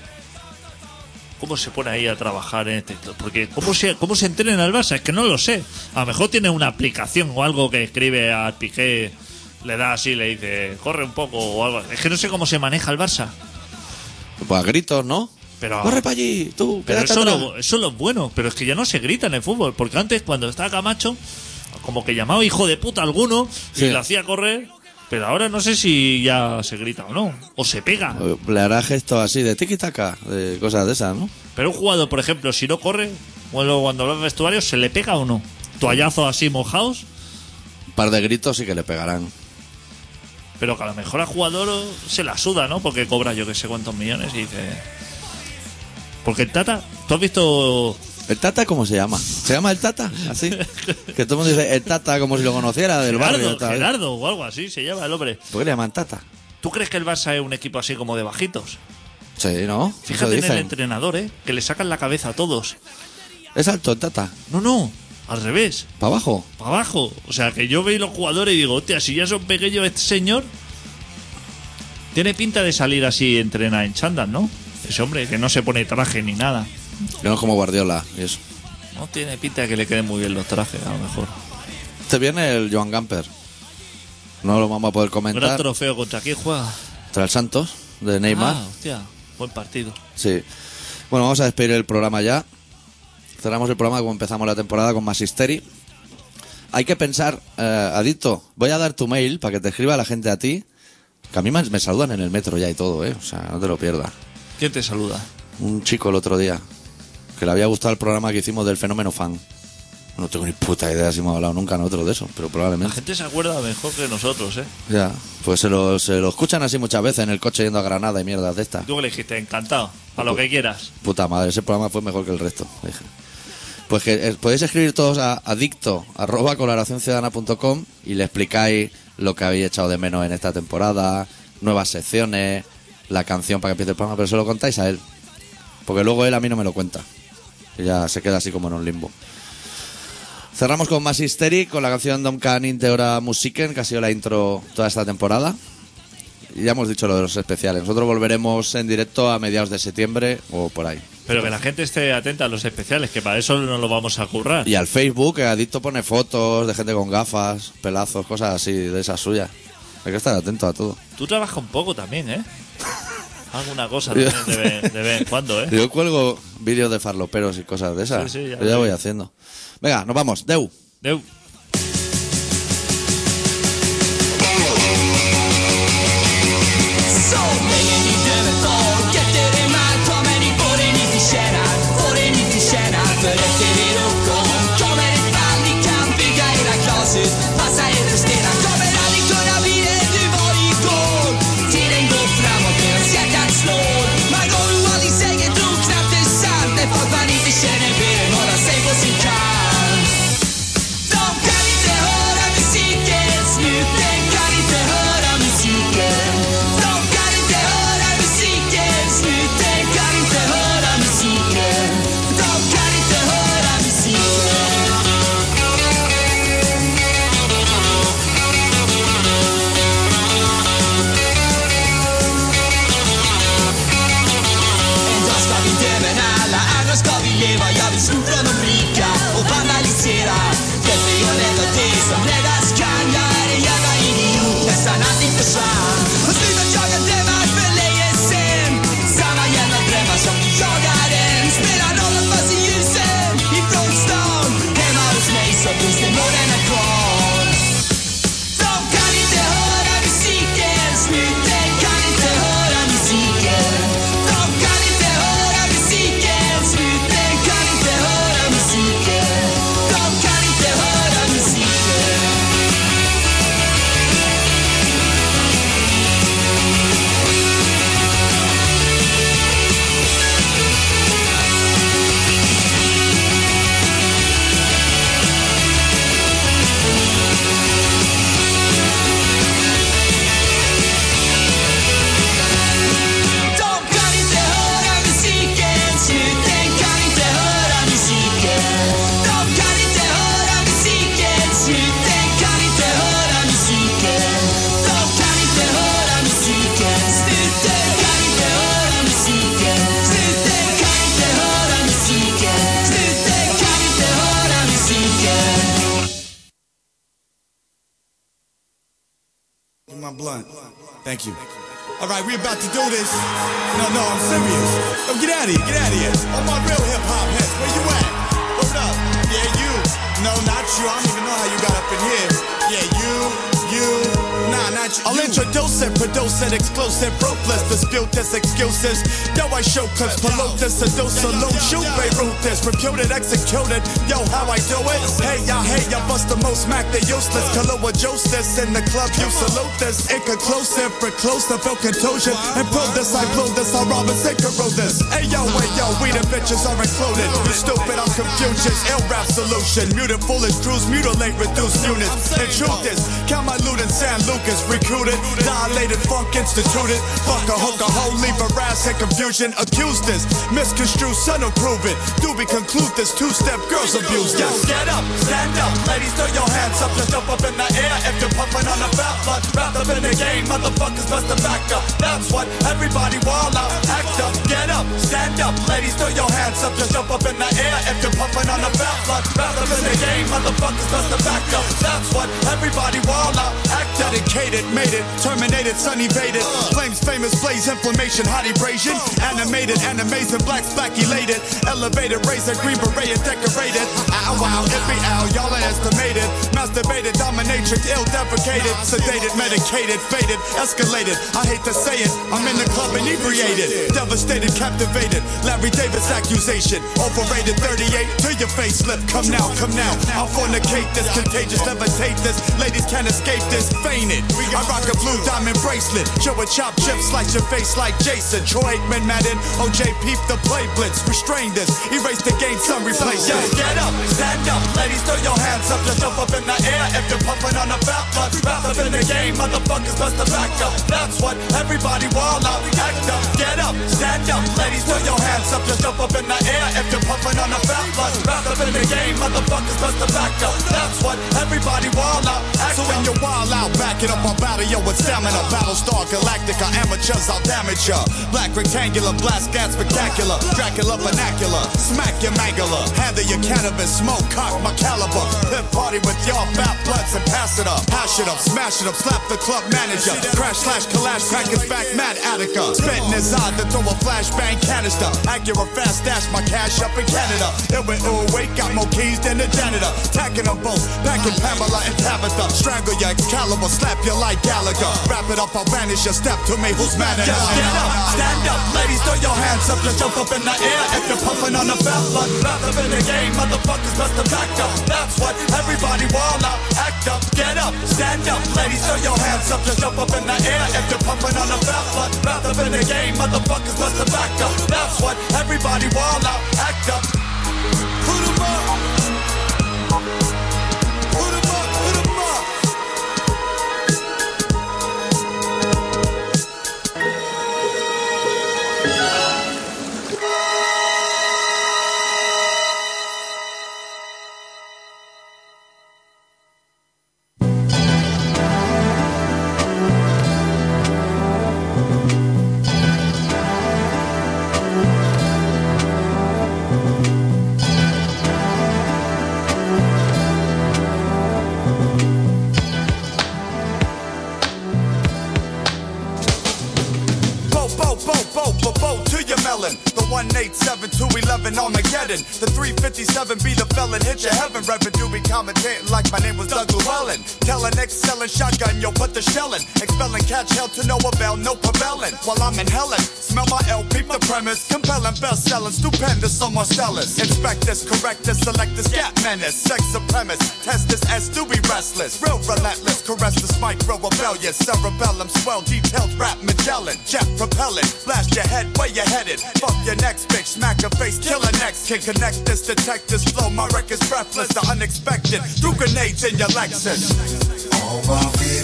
B: ¿Cómo se pone ahí a trabajar en este? Porque ¿cómo se, cómo se entrena el Barça? Es que no lo sé. A lo mejor tiene una aplicación o algo que escribe a Piqué, le da así, le dice, corre un poco o algo. Es que no sé cómo se maneja el Barça.
A: Pues a gritos, ¿no?
B: Pero-
A: ¡Corre para allí! ¡Tú!
B: Pero
A: quédate
B: eso,
A: atrás!
B: lo, eso lo bueno, pero es que ya no se grita en el fútbol, porque antes cuando estaba Camacho, como que llamaba hijo de puta a alguno
A: Sí.
B: y lo hacía correr, pero ahora no sé si ya se grita o no, o se pega.
A: Le hará gestos así de tiki-taka, de cosas de esas, ¿no?
B: Pero un jugador, por ejemplo, si no corre, bueno, cuando va al vestuario, ¿se le pega o no? Toallazos así mojados,
A: Un par de gritos sí que le pegarán.
B: pero que a lo mejor al jugador oh, se la suda, ¿no? Porque cobra yo que sé cuántos millones y dice... Porque el Tata, ¿tú has visto
A: ¿El Tata cómo se llama? ¿Se llama el Tata? ¿Así? Que todo el mundo dice el Tata como si lo conociera del barrio.
B: Gerardo,
A: tal.
B: Gerardo o algo así? Se llama el hombre.
A: ¿Por qué le llaman Tata?
B: ¿Tú crees que el Barça es un equipo así como de bajitos?
A: Sí, ¿no?
B: Fíjate en
A: Eso
B: el
A: dicen.
B: entrenador, ¿eh? Que le sacan la cabeza a todos.
A: Es alto el Tata.
B: No, no, al revés,
A: ¿Para abajo?
B: para abajo. O sea, que yo veo los jugadores y digo, hostia, si ya son pequeños este señor... Tiene pinta de salir así entrenar en chándal, ¿no? Ese hombre que no se pone traje ni nada.
A: No es como Guardiola. y eso.
B: No tiene pinta de que le queden muy bien los trajes, a lo mejor.
A: Este viene el Joan Gamper. No lo vamos a poder
B: Gran
A: comentar.
B: trofeo contra quién juega.
A: Tras el Santos, de Neymar.
B: Ah, hostia, buen partido.
A: Sí. Bueno, vamos a despedir el programa ya. Cerramos el programa como empezamos la temporada con Masisteri. Hay que pensar, eh, Adicto, voy a dar tu mail para que te escriba la gente a ti. Que a mí me me saludan en el metro ya y todo, ¿eh? O sea, no te lo pierdas.
B: ¿Quién te saluda?
A: Un chico el otro día que le había gustado el programa que hicimos del fenómeno fan. No tengo ni puta idea si hemos hablado nunca nosotros de eso, pero
B: La
A: probablemente.
B: gente se acuerda mejor que nosotros, ¿eh?
A: Ya, pues se lo, se lo escuchan así muchas veces en el coche yendo a Granada y mierdas de estas.
B: Tú que le dijiste, encantado, a lo que quieras.
A: Puta madre, ese programa fue mejor que el resto. dije. Pues que eh, podéis escribir todos a adicto arroba colaboracionciudadana.com y le explicáis lo que habéis echado de menos en esta temporada, nuevas secciones, la canción para que empiece el programa, pero se lo contáis a él. Porque luego él a mí no me lo cuenta. Y ya se queda así como en un limbo. Cerramos con más Hysteric, con la canción Dom Can Inteora Musiken, que ha sido la intro toda esta temporada. Y ya hemos dicho lo de los especiales. Nosotros volveremos en directo a mediados de septiembre o por ahí.
B: Pero que la gente esté atenta a los especiales, que para eso no lo vamos a currar.
A: Y al Facebook, que Adicto pone fotos de gente con gafas, pelazos, cosas así, de esas suyas. Hay que estar atento a todo.
B: Tú trabajas un poco también, ¿eh? Alguna cosa también de vez, de vez en cuando, ¿eh?
A: Yo cuelgo vídeos de farloperos y cosas de esas.
B: Sí, sí, ya
A: Yo ya
B: lo
A: voy haciendo. Venga, nos vamos. Deu.
B: Deu.
C: So länge ni drömmer kvar Getter i mark Kommer ni få det ni förtjänar Få det ni förtjänar För efter er uppgång Kommer ett fall Ni kan bygga era glashus Passa er för stenar Kommer aldrig kunna bli det du var igår Tiden går framåt medan hjärtat slår Man går oallt i sängen Tror knappt det är sant När folk man inte känner ber en hålla sig på sin kant De kan inte höra musiken, snuten kan inte höra musiken. De kan inte höra musiken, snuten kan inte höra musiken. De kan inte höra musiken. En dag ska vi dö men alla andra ska vi leva Jag vill snurra de rika och vandalisera Hjälper jag rädda det som räddas kan Jag är en jävla idiot, nästan allting försvann Och slutat jaga drömmar för länge sen Samma jävla drömmar som vi jagar än Spelar roll att fast i ljusen ifrån stan Hemma hos mig så finns det morgnarna kvar de kan inte höra musiken, snuten kan inte höra musiken. De kan inte höra musiken, snuten kan inte höra musiken.
E: John Blunt. Thank you. All right, we about to do this. No, no, I'm serious. Yo, get out of here, get out of here. All my real hip hop heads, where you at? What's up? Yeah, you. No, not you. I don't even know how you got up in here. Yeah, you, you. Nah, not you. I'll introduce it, produce it, explosive, ruthless, disputeless excuses. Yo, I show clips, pollute this, seduce, salute, shoot, Beirut this, reputed, executed. Yo, how I do it? Hey, I hate, I bust the most Mac, they useless. Kahlua justice in the club, you salute this. Inconclusive, reclusive, felt contusion. And pro this, I blew this, I rob and synchro this. Hey yo, hey yo, we the bitches are included. You stupid, I'm Confucius, ill rap solution. Muted, foolish crews, mutilate, reduce units. Intrude this, count my loot and San Lucas. Recruited, dilated, funk instituted. Fuck a hook, a whole leave a razz and confusion. Accused this, misconstrued, son of prove it. Do be conclude this, two step girls abuse. Yo, get up, stand up, ladies, throw your hands up, just jump up in the air. If you're puffing on a fat butt, wrapped up in the game, motherfuckers best to back up. That's what everybody wall out, act up, get up, stand up, ladies, throw your hands up, just jump up in the air. If you're puffing on a fat butt, wrapped up in the game, motherfuckers best to back up. That's what everybody wall out, act up. Uh. Dedicated, made it, terminated, sun evaded, flames, famous, blaze, inflammation, hot abrasion, animated, animation, black, black, elated, elevated, razor, green beret, and decorated. Ow, wow, every ow, y'all are estimated, masturbated, dominatrix, ill, defecated, sedated, medicated, faded, escalated. I hate to say it, I'm in the club inebriated, devastated, captivated. Larry Davis accusation, overrated, 38 to your face, lip. Come now, come now, I'll fornicate this, contagious, levitate this. Ladies can't escape this, fainted. I rock a blue diamond bracelet, show a chop chip, slice your face like Jason, Troy Aikman, Madden, OJ, peep the play blitz, restrain this, erase the game, some replace. Yo, get up, stand up, ladies, throw your hands up, just jump up in the air if you're pumping on the fat butt. Wrap up in the game, motherfuckers bust the back up. That's what everybody wall out, act up, get up, stand up, ladies, throw your hands up, just jump up in the air if you're pumping on the fat butt. Wrap up in the game, motherfuckers bust the back up. That's what everybody wall out, act so when you wild out, back it up, I'll battle yo with stamina, battlestar, galactica, amateurs, I'll damage ya. Black rectangular, blast gas spectacular, Dracula vernacular, smack your mangler, Handle your cannabis, smoke cock my caliber. Pit party with y'all fat bloods and pass it up, hash it up, smash it up, slap the club manager. Crash slash collage, pack his back, mad Attica. Spit in his eye to throw a flashbang canister. Accurate fast dash, my cash up in Canada. It went ill wake, got more keys than the janitor. Tacking them both, packing Pamela and Tabitha. Strangle your Excalibur, slap you like Gallagher. Wrap it up, I'll vanish your step to me, who's mad at Just get up, stand up, ladies, throw your hands up, just jump up in the air. If you're puffing on the fat blood, wrap up in the game, motherfuckers best to back up. That's what everybody wall out, act up, get up, stand up, ladies, throw your hands up, just jump up in the air. If you're puffing on the fat blood, wrap up in the game, motherfuckers best to back up. That's what everybody wall out, act up. Put 'em up. Put 'em up, put 'em up. Bo, bo, bo, bo, bo, bo to your melon. The 187 to 11 Armageddon. The 357 be the felon. Hit your heaven. Revenue be commentating like my name was Doug Llewellyn. Telling, excelling, shotgun, yo, put the shelling. Expelling, catch hell to no avail, no prevailing. While I'm in helen, smell my L, peep the premise. Compelling, best selling, stupendous on my sellers. Inspect this, correct this, select this, gap menace. Sex supremacist, test this, S, do be restless. Real relentless, caress this micro rebellious. Cerebellum swell, detailed rap Magellan. Jet propellant, blast your head where you're headed. Fuck your next bitch, smack her face, kill her next. Can connect this, detect this flow. My record's breathless, the unexpected. Threw grenades in your Lexus.
F: All my fears